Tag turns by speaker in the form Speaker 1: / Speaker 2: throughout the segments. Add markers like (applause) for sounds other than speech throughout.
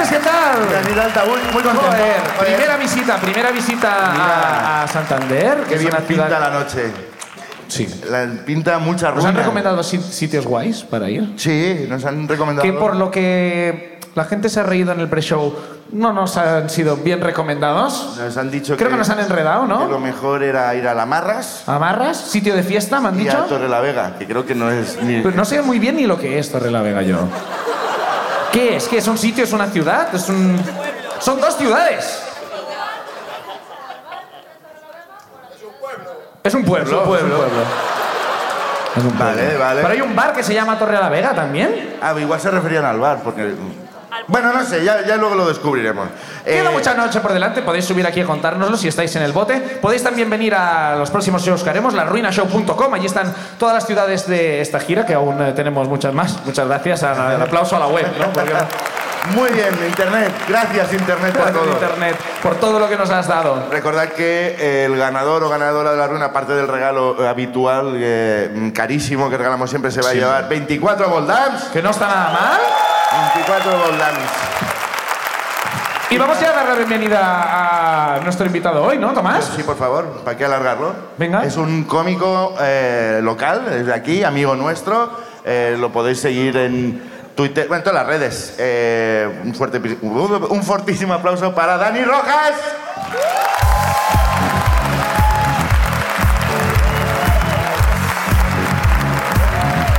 Speaker 1: Dani
Speaker 2: Santander.
Speaker 1: Dalta, muy, muy contento.
Speaker 2: Joder,
Speaker 1: Joder,
Speaker 2: primera visita, primera visita
Speaker 1: Mira.
Speaker 2: a, a Santander. que
Speaker 1: Qué
Speaker 2: es
Speaker 1: bien
Speaker 2: una ciudad-
Speaker 1: pinta la noche.
Speaker 2: Sí.
Speaker 1: La- pinta mucha
Speaker 2: ¿Nos
Speaker 1: ruina.
Speaker 2: han recomendado sit- sitios guays para ir?
Speaker 1: Sí, nos han recomendado.
Speaker 2: Que por lo que la gente se ha reído en el pre-show, no nos han sido bien recomendados.
Speaker 1: Nos han dicho
Speaker 2: Creo que nos han enredado, ¿no?
Speaker 1: que lo mejor era ir a La Marras
Speaker 2: ¿Amarras? ¿Sitio de fiesta, me han
Speaker 1: y a
Speaker 2: dicho?
Speaker 1: Torre la Vega, que creo que no es ni.
Speaker 2: Pero no sé muy bien ni lo que es Torre la Vega yo. ¿Qué es? ¿Qué es un sitio? ¿Es una ciudad? ¿Es un...? ¡Son dos ciudades! Es un pueblo. Es un pueblo. Es un pueblo.
Speaker 1: Vale, vale.
Speaker 2: Pero hay un bar que se llama Torre la Vega también.
Speaker 1: Ah, igual se referían al bar, porque. Bueno, no sé, ya, ya luego lo descubriremos.
Speaker 2: Queda
Speaker 1: Eh,
Speaker 2: mucha noche por delante, podéis subir aquí a contárnoslo si estáis en el bote. Podéis también venir a los próximos shows que haremos, larruinashow.com. Allí están todas las ciudades de esta gira, que aún eh, tenemos muchas más. Muchas gracias a- al aplauso a la web, ¿no? Porque no-
Speaker 1: Muy bien, Internet. Gracias, Internet, por
Speaker 2: Gracias,
Speaker 1: todo.
Speaker 2: Internet, por todo lo que nos has dado.
Speaker 1: Recordad que el ganador o ganadora de la runa, aparte del regalo eh, habitual, eh, mm, carísimo que regalamos siempre, se va a llevar 24 Voldams.
Speaker 2: Que no está nada mal.
Speaker 1: 24 Voldams.
Speaker 2: Y vamos ya a dar la bienvenida a nuestro invitado hoy, ¿no, Tomás?
Speaker 1: Sí, por favor, ¿para qué alargarlo?
Speaker 2: Venga.
Speaker 1: Es un cómico eh, local, desde aquí, amigo nuestro. Eh, lo podéis seguir en Twitter, bueno, en todas las redes. Eh, un, fuerte, un fortísimo aplauso para Dani Rojas.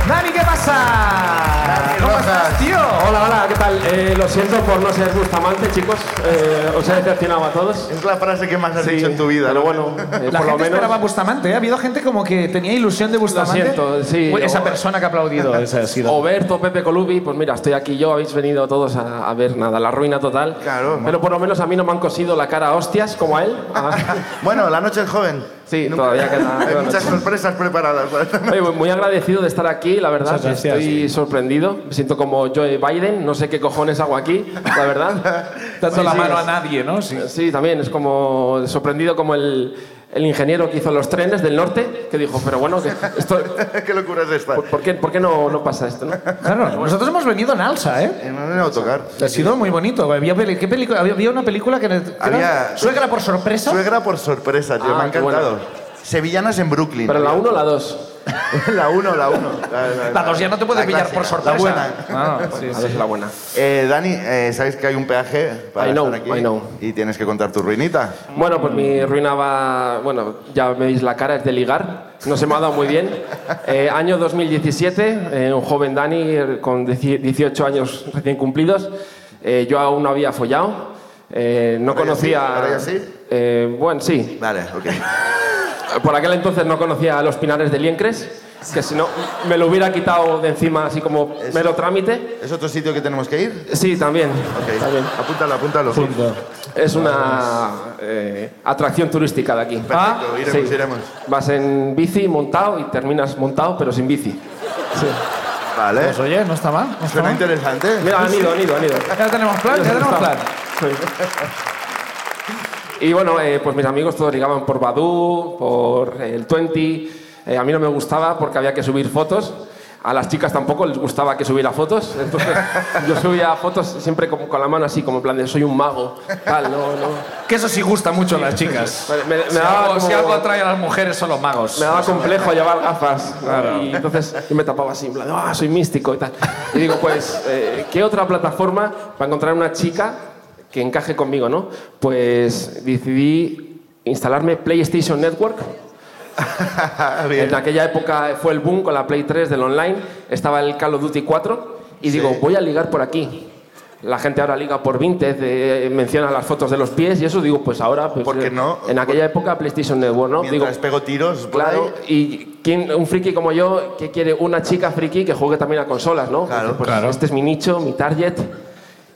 Speaker 2: Dani, ¿qué pasa?
Speaker 1: Dani
Speaker 2: ¿Cómo
Speaker 1: Rojas.
Speaker 2: estás, tío?
Speaker 3: Hola, hola, ¿qué tal? Eh, lo siento por no ser Bustamante, chicos. Eh, os he decepcionado a todos.
Speaker 1: Es la frase que más has
Speaker 3: Sí,
Speaker 1: dicho en tu vida.
Speaker 3: Pero
Speaker 1: ¿no?
Speaker 3: bueno, eh,
Speaker 2: La
Speaker 3: por lo
Speaker 2: gente esperaba a
Speaker 3: menos.
Speaker 2: Bustamante, ¿eh? Ha habido gente como que tenía ilusión de Bustamante.
Speaker 3: siento, sí,
Speaker 2: Uy, Esa
Speaker 3: o-
Speaker 2: persona que
Speaker 3: (laughs)
Speaker 2: ha aplaudido, esa ha sido.
Speaker 3: Oberto, Pepe Colubi, pues mira, estoy aquí yo, habéis venido todos a, a ver nada, la ruina total.
Speaker 1: Claro.
Speaker 3: Pero por lo menos a mí no me han cosido la cara a hostias como a él. Ah,
Speaker 1: (laughs) Bueno, la noche es joven.
Speaker 3: (laughs) sí, todavía queda.
Speaker 1: Hay
Speaker 3: queda
Speaker 1: muchas
Speaker 3: noche.
Speaker 1: sorpresas preparadas.
Speaker 3: Oye, pues muy- muy agradecido de estar aquí, la verdad.
Speaker 2: Muchas gracias,
Speaker 3: Estoy
Speaker 2: sí.
Speaker 3: sorprendido. Me siento como Joe Biden, no sé qué cojones hago aquí, la (laughs) verdad.
Speaker 2: Dando
Speaker 3: Sí,
Speaker 2: la
Speaker 3: sí,
Speaker 2: mano
Speaker 3: es-
Speaker 2: a nadie, ¿no? Sí.
Speaker 3: Sí, también es como sorprendido como el, el ingeniero que hizo los trenes del norte, que dijo, pero bueno, que esto,
Speaker 1: (laughs) qué locura es esta.
Speaker 3: ¿por, por qué, por qué no, no pasa esto? no?".
Speaker 2: Claro, nosotros hemos venido en alza, ¿eh?
Speaker 1: En un autocar.
Speaker 2: Ha sido muy bonito. Había, peli- ¿qué película? Había- había una película que... que era
Speaker 1: Había-
Speaker 2: Suegra por sorpresa.
Speaker 1: Suegra por sorpresa, tío.
Speaker 3: Ah,
Speaker 1: me ha
Speaker 3: qué bueno.
Speaker 1: encantado. Sevillanas en Brooklyn.
Speaker 3: Pero la 1 o la 2,
Speaker 1: (laughs) la 1, la 1.
Speaker 2: La dos ya no te puede pillar por sorpresa.
Speaker 1: La buena.
Speaker 2: Ah, sí,
Speaker 3: la
Speaker 2: sí.
Speaker 3: dos es la buena.
Speaker 1: Eh, Dani, eh, ¿sabes que hay un peaje para
Speaker 3: I know,
Speaker 1: estar aquí?
Speaker 3: I know.
Speaker 1: Y tienes que contar tu ruinita.
Speaker 3: Bueno, pues mi ruina va, bueno, ya veis la cara, es de ligar, no se me ha dado muy bien. Eh, año 2017, eh, un joven Dani eh, con 10 18 años recién cumplidos, Eh, yo aún no había follado, Eh, no
Speaker 1: Ahora ya sí,
Speaker 3: conocía...
Speaker 1: ahora ya sí.
Speaker 3: Eh, bueno, sí,
Speaker 1: Vale, ok.
Speaker 3: Por aquel entonces no conocía a los pinares de Liencres, que si no me lo hubiera quitado de encima así como mero trámite.
Speaker 1: ¿Es otro sitio que tenemos que ir?
Speaker 3: Sí, también.
Speaker 1: Ok.
Speaker 3: también.
Speaker 1: Apúntalo, apúntalo.
Speaker 2: Punto.
Speaker 3: Es una eh, atracción turística de aquí.
Speaker 1: Perfecto,
Speaker 3: Ah,
Speaker 1: iremos,
Speaker 3: sí.
Speaker 1: iremos.
Speaker 3: Vas en bici montado y terminas montado pero sin bici.
Speaker 1: Vale.
Speaker 2: Pues oye, no está mal. No está
Speaker 1: Suena
Speaker 2: mal.
Speaker 1: interesante.
Speaker 3: Mira, han ido, han ido, han ido.
Speaker 2: Ya tenemos plan, ya tenemos plan.
Speaker 3: Y bueno, eh, pues mis amigos todos ligaban por Badu, por eh, el 20. Eh, a mí no me gustaba porque había que subir fotos. A las chicas tampoco les gustaba que subiera fotos. Entonces (laughs) yo subía fotos siempre como con la mano así, como en plan de soy un mago. Tal, no, no.
Speaker 2: Que eso sí gusta mucho a las chicas.
Speaker 3: Me, me- me
Speaker 2: Si
Speaker 3: daba
Speaker 2: algo, si
Speaker 3: como-
Speaker 2: algo atrae a las mujeres son los magos.
Speaker 3: me daba complejo llevar gafas. Y entonces yo me tapaba así, en plan, ah, soy místico y tal. Y digo, pues, eh, ¿qué otra plataforma para encontrar una chica que encaje conmigo, no? Pues decidí instalarme PlayStation Network.
Speaker 1: (laughs) Bien.
Speaker 3: En aquella época fue el boom con la Play 3 del online. Estaba el Call of Duty 4 y digo, voy a ligar por aquí. La gente ahora liga por Vinted, eh, menciona las fotos de los pies y eso. Digo, pues ahora... Pues,
Speaker 1: ¿Por qué
Speaker 3: eh,
Speaker 1: no?
Speaker 3: En aquella época PlayStation Network, ¿no?
Speaker 1: Mientras
Speaker 3: Digo,
Speaker 1: pego tiros por
Speaker 3: Claro, y
Speaker 1: ahí.
Speaker 3: ¿quién- un friki como yo, que quiere una chica friki que juegue también a consolas, no?
Speaker 1: Claro,
Speaker 3: Pues
Speaker 2: claro.
Speaker 3: Este es mi nicho, mi target.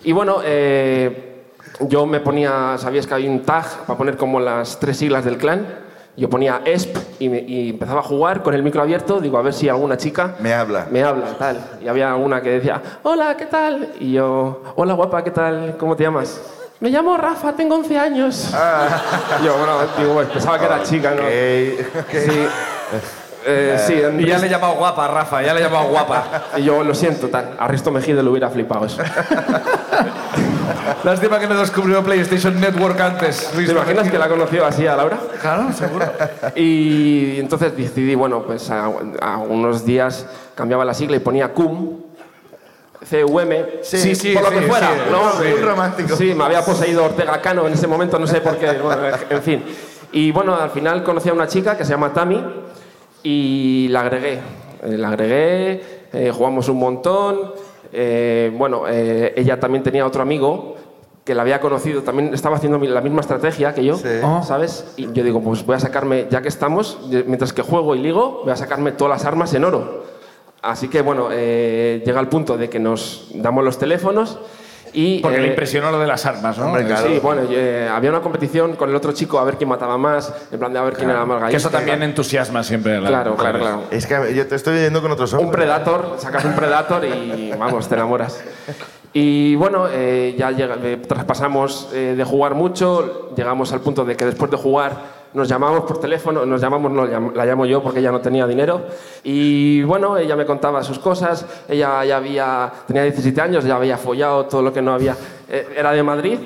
Speaker 3: Y bueno, eh, yo me ponía, sabías que hay un tag para poner como las tres siglas del clan. Yo ponía ESP y, me- y empezaba a jugar con el micro abierto. Digo, a ver si alguna chica
Speaker 1: Me habla.
Speaker 3: me habla, tal. Y había una que decía, hola, ¿qué tal? Y yo, hola, guapa, ¿qué tal? ¿Cómo te llamas? Me llamo Rafa, tengo 11 años. Y Yo, bueno, digo, pues, pensaba que era chica, ¿no?
Speaker 1: Ah. Ok.
Speaker 3: Sí. Eh, sí,
Speaker 2: Y ya
Speaker 3: Andrés-
Speaker 2: le he llamado guapa,
Speaker 3: (laughs)
Speaker 2: Rafa, ya le he llamado guapa. (laughs)
Speaker 3: y yo lo siento, tal. A Risto Mejide le hubiera flipado eso.
Speaker 2: Lástima que no descubrió PlayStation Network antes.
Speaker 3: ¿Te imaginas que la conoció así a Laura?
Speaker 2: Claro, seguro.
Speaker 3: Y entonces decidí, bueno, pues a, a unos días cambiaba la sigla y ponía CUM, CUM,
Speaker 2: Sí, sí,
Speaker 3: por lo que
Speaker 2: sí,
Speaker 3: fuera,
Speaker 2: sí.
Speaker 3: ¿no?
Speaker 1: Muy romántico.
Speaker 3: Sí, me había poseído Ortega Cano en ese momento, no sé por qué, bueno, en fin. Y bueno, al final conocí a una chica que se llama Tami y la agregué. Eh, La agregué, eh, jugamos un montón. eh, bueno, eh, ella también tenía otro amigo que la había conocido, también estaba haciendo mi- la misma estrategia que yo.
Speaker 1: Sí.
Speaker 2: Oh.
Speaker 3: ¿Sabes? Y yo digo, pues voy a sacarme, ya que estamos, de- mientras que juego y ligo, voy a sacarme todas las armas en oro. Así que bueno, eh, llega el punto de que nos damos los teléfonos y...
Speaker 2: (laughs) Porque le
Speaker 3: eh,
Speaker 2: impresionó lo de las armas, ¿no?
Speaker 1: Hombre, claro.
Speaker 3: Sí, bueno, y, eh, había una competición con el otro chico a ver quién mataba más, en plan de a ver quién era más
Speaker 2: Que eso
Speaker 3: gallista.
Speaker 2: también entusiasma siempre. a las
Speaker 3: Claro, claro,
Speaker 2: mujeres.
Speaker 3: claro.
Speaker 1: Es que yo te estoy viendo con otros ojos.
Speaker 3: Un Predator, sacas un Predator y vamos, te enamoras. Y bueno, eh, ya llega- eh, traspasamos eh, de jugar mucho, llegamos al punto de que después de jugar nos llamamos por teléfono, nos llamamos, no, llam- la llamo yo porque ella no tenía dinero. Y bueno, ella me contaba sus cosas, ella ya había, tenía 17 años, ya había follado todo lo que no había, eh, era de Madrid.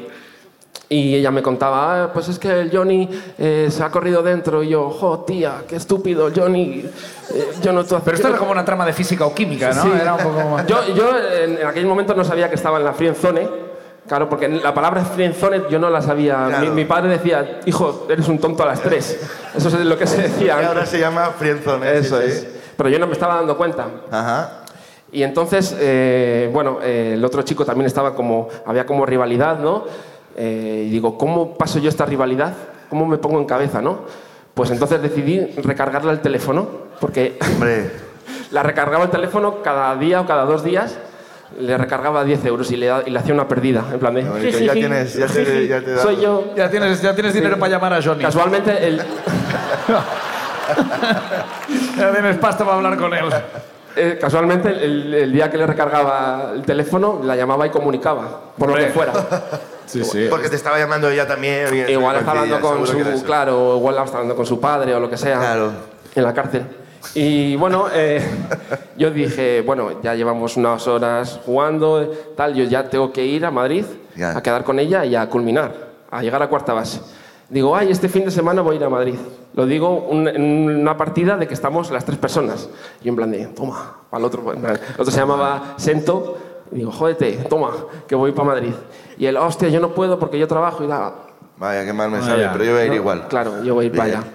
Speaker 3: Y ella me contaba, "Ah, pues es que el Johnny eh, se ha corrido dentro. Y yo, jo, tía, qué estúpido, Johnny. eh, yo no tú
Speaker 2: Pero esto era como una trama de física o química, ¿no?
Speaker 3: Sí.
Speaker 2: Era un poco como-
Speaker 3: Yo, yo en, en aquel momento no sabía que estaba en la friendzone. Claro, porque la palabra friendzone yo no la sabía.
Speaker 1: Claro.
Speaker 3: Mi, mi padre decía, hijo, eres un tonto a las tres. Eso es lo que se
Speaker 1: Y
Speaker 3: decía.
Speaker 1: ahora se llama Friendzone. ¿eh?
Speaker 3: Eso
Speaker 1: Sí,
Speaker 3: es.
Speaker 1: sí.
Speaker 3: Pero yo no me estaba dando cuenta.
Speaker 1: Ajá.
Speaker 3: Y entonces, eh, bueno, eh, el otro chico también estaba como, había como rivalidad, ¿no? Eh, y digo, ¿cómo paso yo esta rivalidad? ¿Cómo me pongo en cabeza, no? Pues entonces decidí recargarla el teléfono, porque
Speaker 1: Hombre,
Speaker 3: la recargaba el teléfono cada día o cada dos días, le recargaba 10 euros y le, y le hacía una perdida, en plan de...
Speaker 1: Qué bonito, ya tienes- ya te- ya te da-
Speaker 3: Soy yo.
Speaker 2: Ya tienes, ya tienes dinero para llamar a Johnny.
Speaker 3: Casualmente, el,
Speaker 2: Ya tienes pasta para hablar con él.
Speaker 3: eh, casualmente el, el día que le recargaba el teléfono, la llamaba y comunicaba, por lo que
Speaker 2: Hombre.
Speaker 3: fuera.
Speaker 2: Sí, sí.
Speaker 1: porque te estaba llamando ella también. bien,
Speaker 3: igual está
Speaker 1: coincidía,
Speaker 3: hablando con
Speaker 1: seguro que era
Speaker 3: su...
Speaker 1: eso.
Speaker 3: Claro, o igual está hablando con su padre o lo que sea.
Speaker 1: Claro.
Speaker 3: En la cárcel. Y bueno, eh, (laughs) yo dije, bueno, ya llevamos unas horas jugando, eh, tal, yo ya tengo que ir a Madrid
Speaker 1: Ya.
Speaker 3: a quedar con ella y a culminar, a llegar a cuarta base. Digo, ay, este fin de semana voy a ir a Madrid. Lo digo un- en una partida de que estamos las tres personas. Y en plan de, toma, para el otro. en plan, El otro se llamaba Sento. Y digo, jódete, toma, que voy para Madrid. Y él, hostia, yo no puedo porque yo trabajo y nada.
Speaker 1: Vaya, qué mal me sale,
Speaker 2: ya.
Speaker 1: pero yo voy a ir igual.
Speaker 3: Ah, Claro, yo voy a ir para
Speaker 1: Bien.
Speaker 3: allá.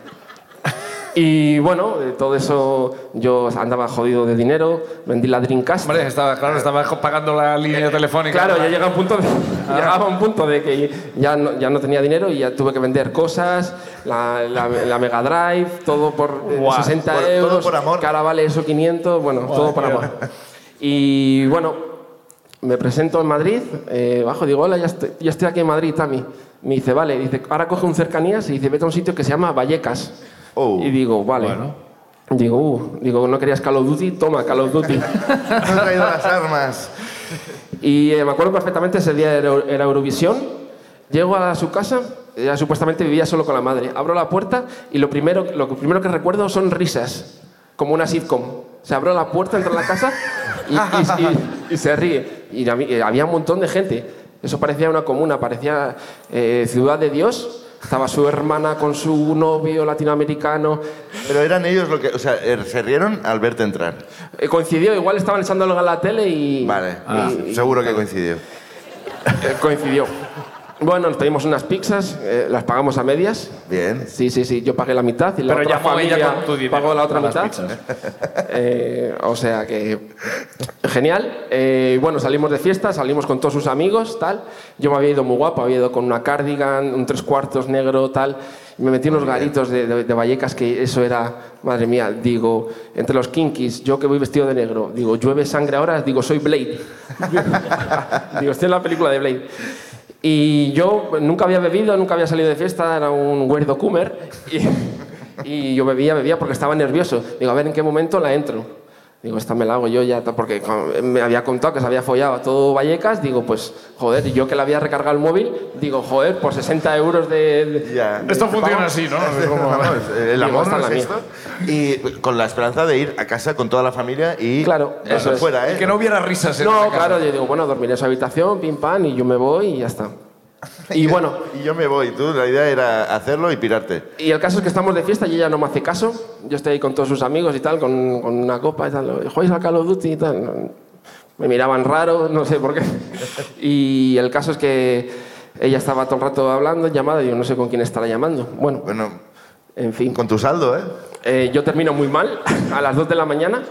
Speaker 3: Y bueno, de todo eso yo andaba jodido de dinero, vendí la Dreamcast.
Speaker 2: Hombre, estaba, claro, estaba pagando la línea telefónica.
Speaker 3: Eh, Claro, ya llegaba un punto de, llegaba un punto de que ya no, ya no tenía dinero y ya tuve que vender cosas, la, la- la Mega Drive, todo por eh,
Speaker 2: Guau.
Speaker 3: 60
Speaker 1: Por- todo
Speaker 3: euros,
Speaker 1: por amor.
Speaker 3: que ahora vale eso 500, bueno, todo por amor. Y bueno, me presento en Madrid, eh, bajo, digo, hola, ya estoy, ya estoy aquí en Madrid, Tami. Me dice, vale, dice, ahora coge un cercanías y dice, vete a un sitio que se llama Vallecas.
Speaker 1: Oh.
Speaker 3: Y digo, vale. Digo, "Uh", digo, no querías Call of Duty, toma Call of Duty.
Speaker 1: (laughs) No he traído las armas.
Speaker 3: Y eh, me acuerdo perfectamente, ese día era, era Eurovisión. Llego a su casa, ella supuestamente vivía solo con la madre. Abro la puerta y lo primero, lo que- primero que recuerdo son risas, como una sitcom. Se abrió la puerta, entró en la casa y, y- y- y se ríe. Y a mí- eh, había un montón de gente. Eso parecía una comuna, parecía eh, Ciudad de Dios. Estaba su hermana con su novio latinoamericano.
Speaker 1: Pero eran ellos lo que. O sea, er, se rieron al verte entrar.
Speaker 3: Eh, coincidió, igual estaban echando algo a la tele y...
Speaker 1: Vale,
Speaker 3: y- y-
Speaker 1: seguro que coincidió.
Speaker 3: Eh, coincidió. Bueno, nos pedimos unas pizzas, eh, las pagamos a medias.
Speaker 1: Bien.
Speaker 3: Sí, sí, sí, yo pagué la mitad y la
Speaker 2: Pero
Speaker 3: otra
Speaker 2: llamó ella
Speaker 3: familia
Speaker 2: con tu dinero,
Speaker 3: pagó la otra
Speaker 2: con las
Speaker 3: mitad. (laughs) Eh, o sea que genial. Eh, bueno, salimos de fiesta, salimos con todos sus amigos, tal. Yo me había ido muy guapo, había ido con una cardigan, un tres cuartos negro, tal. Me metí en unos garitos de, de- de Vallecas que eso era, madre mía, digo, entre los kinkis, yo que voy vestido de negro, digo, llueve sangre ahora, digo, soy Blade. (laughs) digo, estoy en la película de Blade. Y yo nunca había bebido, nunca había salido de fiesta, era un weirdo cumer. Y, y yo bebía, bebía porque estaba nervioso. Digo, a ver en qué momento la entro. Digo, esta me la hago yo ya, tal, porque con- me había contado que se había follado a todo Vallecas. Digo, pues, joder, y yo que le había recargado el móvil, digo, joder, por 60 euros de. de-
Speaker 1: Ya.
Speaker 2: Esto funciona así, ¿no? Es
Speaker 1: (laughs)
Speaker 2: como-
Speaker 1: Este, Vamos, el
Speaker 3: Digo,
Speaker 1: amor
Speaker 3: hasta
Speaker 1: no
Speaker 3: la
Speaker 1: es esto. Y con la esperanza de ir a casa con toda la familia y
Speaker 3: Claro,
Speaker 1: Ya,
Speaker 3: eso es.
Speaker 1: fuera, ¿eh?
Speaker 2: Que no hubiera risas en
Speaker 3: No,
Speaker 2: esa casa.
Speaker 3: claro, yo digo, bueno, dormiré en su habitación, pim pam, y yo me voy y ya está. Y bueno,
Speaker 1: Y yo me voy, tú, la idea era hacerlo y pirarte.
Speaker 3: y el caso es que estamos de fiesta y ella no me hace caso. Yo estoy ahí con todos sus amigos y tal, con, con una copa y tal. Jugáis al Call of Duty y tal. Me miraban raro, no sé por qué. Y el caso es que ella estaba todo el rato hablando, llamada, y yo no sé con quién estará llamando. Bueno,
Speaker 1: Bueno,
Speaker 3: en fin.
Speaker 1: con tu saldo, ¿eh?
Speaker 3: Eh, yo termino muy mal, (laughs) a las 2 de la mañana.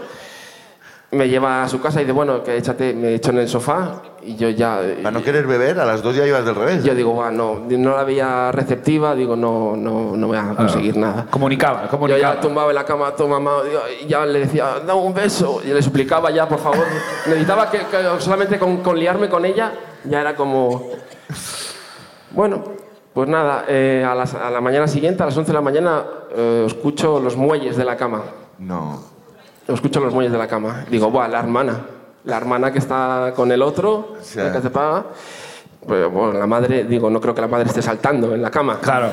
Speaker 3: Me lleva a su casa y dice, bueno, que échate, me echo en el sofá y yo ya...
Speaker 1: Para Ah, no querer beber, a las dos ya ibas del revés.
Speaker 3: Yo digo, bueno, no, no la veía receptiva, digo, no, no, no voy a conseguir nada.
Speaker 2: Comunicaba,
Speaker 3: Yo ya
Speaker 2: comunicaba.
Speaker 3: tumbaba en la cama, toma, mamá, digo, y ya le decía, dame un beso, y le suplicaba ya, por favor. Necesitaba que, que solamente con, con liarme con ella, ya era como. Bueno, pues nada, eh, a, las- a la mañana siguiente, a las 11 de la mañana, eh, escucho los muelles de la cama.
Speaker 1: No.
Speaker 3: Escucho los muelles de la cama. Digo, buah, la hermana. La hermana que está con el otro,
Speaker 1: Sí.
Speaker 3: la que se paga. Pero bueno, la madre, digo, no creo que la madre esté saltando en la cama.
Speaker 2: Claro.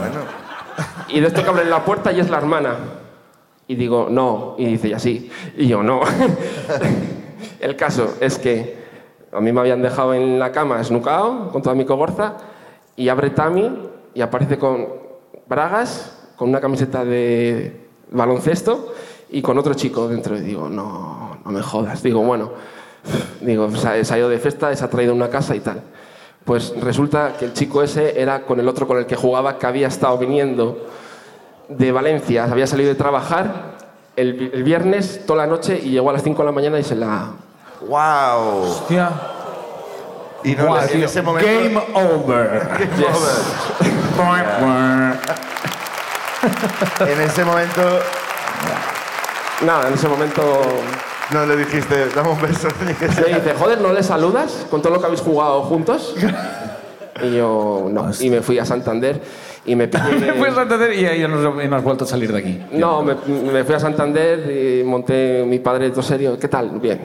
Speaker 3: Y de esto que abren la puerta y es la hermana. Y digo, no. Y dice, y así. Y yo, no. (laughs) el caso es que a mí me habían dejado en la cama esnucado con toda mi cogorza y abre Tami y aparece con bragas, con una camiseta de baloncesto y con otro chico dentro. Y digo, no, no me jodas. Digo, bueno, digo, se ha, se ha ido de fiesta, se ha traído una casa y tal. Pues resulta que el chico ese era con el otro con el que jugaba, que había estado viniendo de Valencia, había salido de trabajar el, vi- el viernes toda la noche y llegó a las 5 de la mañana y se la...
Speaker 1: ¡Wow!
Speaker 2: Hostia.
Speaker 1: Y no,
Speaker 2: Buah,
Speaker 1: en
Speaker 2: tío.
Speaker 1: ese momento. (laughs)
Speaker 2: Game over.
Speaker 1: Game over.
Speaker 2: (laughs)
Speaker 1: En ese momento
Speaker 3: Nada, en ese momento
Speaker 1: no le dijiste, dame un beso. (laughs) ni que sea.
Speaker 3: me dice, joder, ¿no le saludas con todo lo que habéis jugado juntos? Y yo, no. Y me fui a Santander y me pillé...
Speaker 2: Fue Santander Pues y ahí nos hemos vuelto a salir de aquí.
Speaker 3: No, me, me fui a Santander y monté mi padre todo serio. ¿Qué tal? Bien.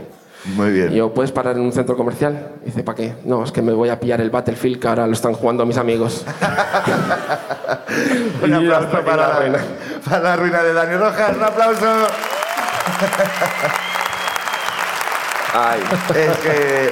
Speaker 1: Muy
Speaker 3: Y
Speaker 1: bien.
Speaker 3: yo, ¿puedes parar en un centro comercial? Y dice, ¿para qué? No, es que me voy a pillar el Battlefield que ahora lo están jugando mis amigos.
Speaker 1: Un
Speaker 3: Y hasta
Speaker 1: aplauso
Speaker 3: aquí la
Speaker 1: para,
Speaker 3: ruina.
Speaker 1: para la ruina de Dani Rojas. Un aplauso.
Speaker 3: Ay,
Speaker 1: Es que.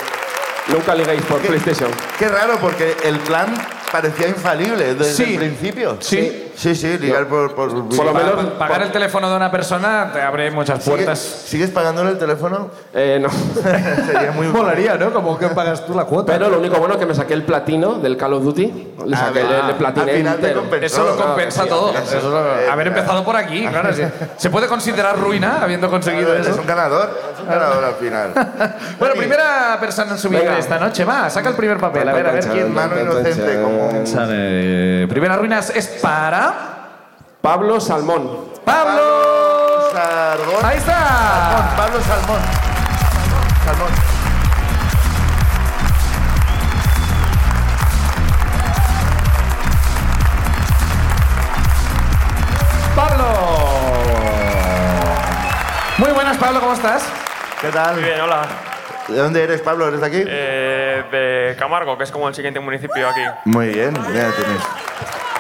Speaker 3: nunca ligáis por
Speaker 1: ¿Qué?
Speaker 3: PlayStation.
Speaker 1: Qué raro, porque el plan parecía infalible desde
Speaker 2: Sí.
Speaker 1: el principio.
Speaker 2: Sí.
Speaker 1: Sí, sí, ligar por. Por,
Speaker 3: Por lo
Speaker 2: Pa-
Speaker 3: menos-
Speaker 2: pa- pagar el teléfono de una persona te abre muchas
Speaker 1: ¿Sigues,
Speaker 2: puertas.
Speaker 1: ¿Sigues pagándole el teléfono? (laughs)
Speaker 3: Eh, no.
Speaker 1: Sería muy
Speaker 2: Molaría, ¿no? Como que pagas tú la cuota.
Speaker 3: Pero lo único bueno es que me saqué el platino del Call of Duty. Le
Speaker 1: Ah,
Speaker 3: saqué,
Speaker 1: verdad.
Speaker 3: le, le platiné
Speaker 1: Al final te
Speaker 3: entero.
Speaker 1: compensó.
Speaker 2: Eso lo
Speaker 1: Claro,
Speaker 2: compensa
Speaker 1: sí,
Speaker 2: todo.
Speaker 1: claro, sí.
Speaker 2: Eso lo-
Speaker 1: Eh,
Speaker 2: haber
Speaker 1: claro.
Speaker 2: empezado por aquí, claro. sí. ¿Se puede considerar ruina habiendo conseguido
Speaker 1: Es
Speaker 2: eso?
Speaker 1: un ganador. Es un ganador al final.
Speaker 2: Bueno, primera persona en subir
Speaker 3: Venga.
Speaker 2: esta noche. Va, saca el primer papel. A ver, a ver quién
Speaker 1: Mano inocente como.
Speaker 2: sale. Primera ruina es para...
Speaker 3: Pablo Salmón.
Speaker 2: ¡Pablo!
Speaker 1: Sargón.
Speaker 2: ¡Ahí está!
Speaker 1: Pablo Salmón. Salmón.
Speaker 2: ¡Pablo! Muy buenas, Pablo, ¿cómo estás?
Speaker 1: ¿Qué tal?
Speaker 4: Muy bien, hola.
Speaker 1: ¿De dónde eres, Pablo? ¿Eres de aquí?
Speaker 4: Eh, de Camargo, que es como el siguiente municipio aquí.
Speaker 1: Muy bien, ya tenéis.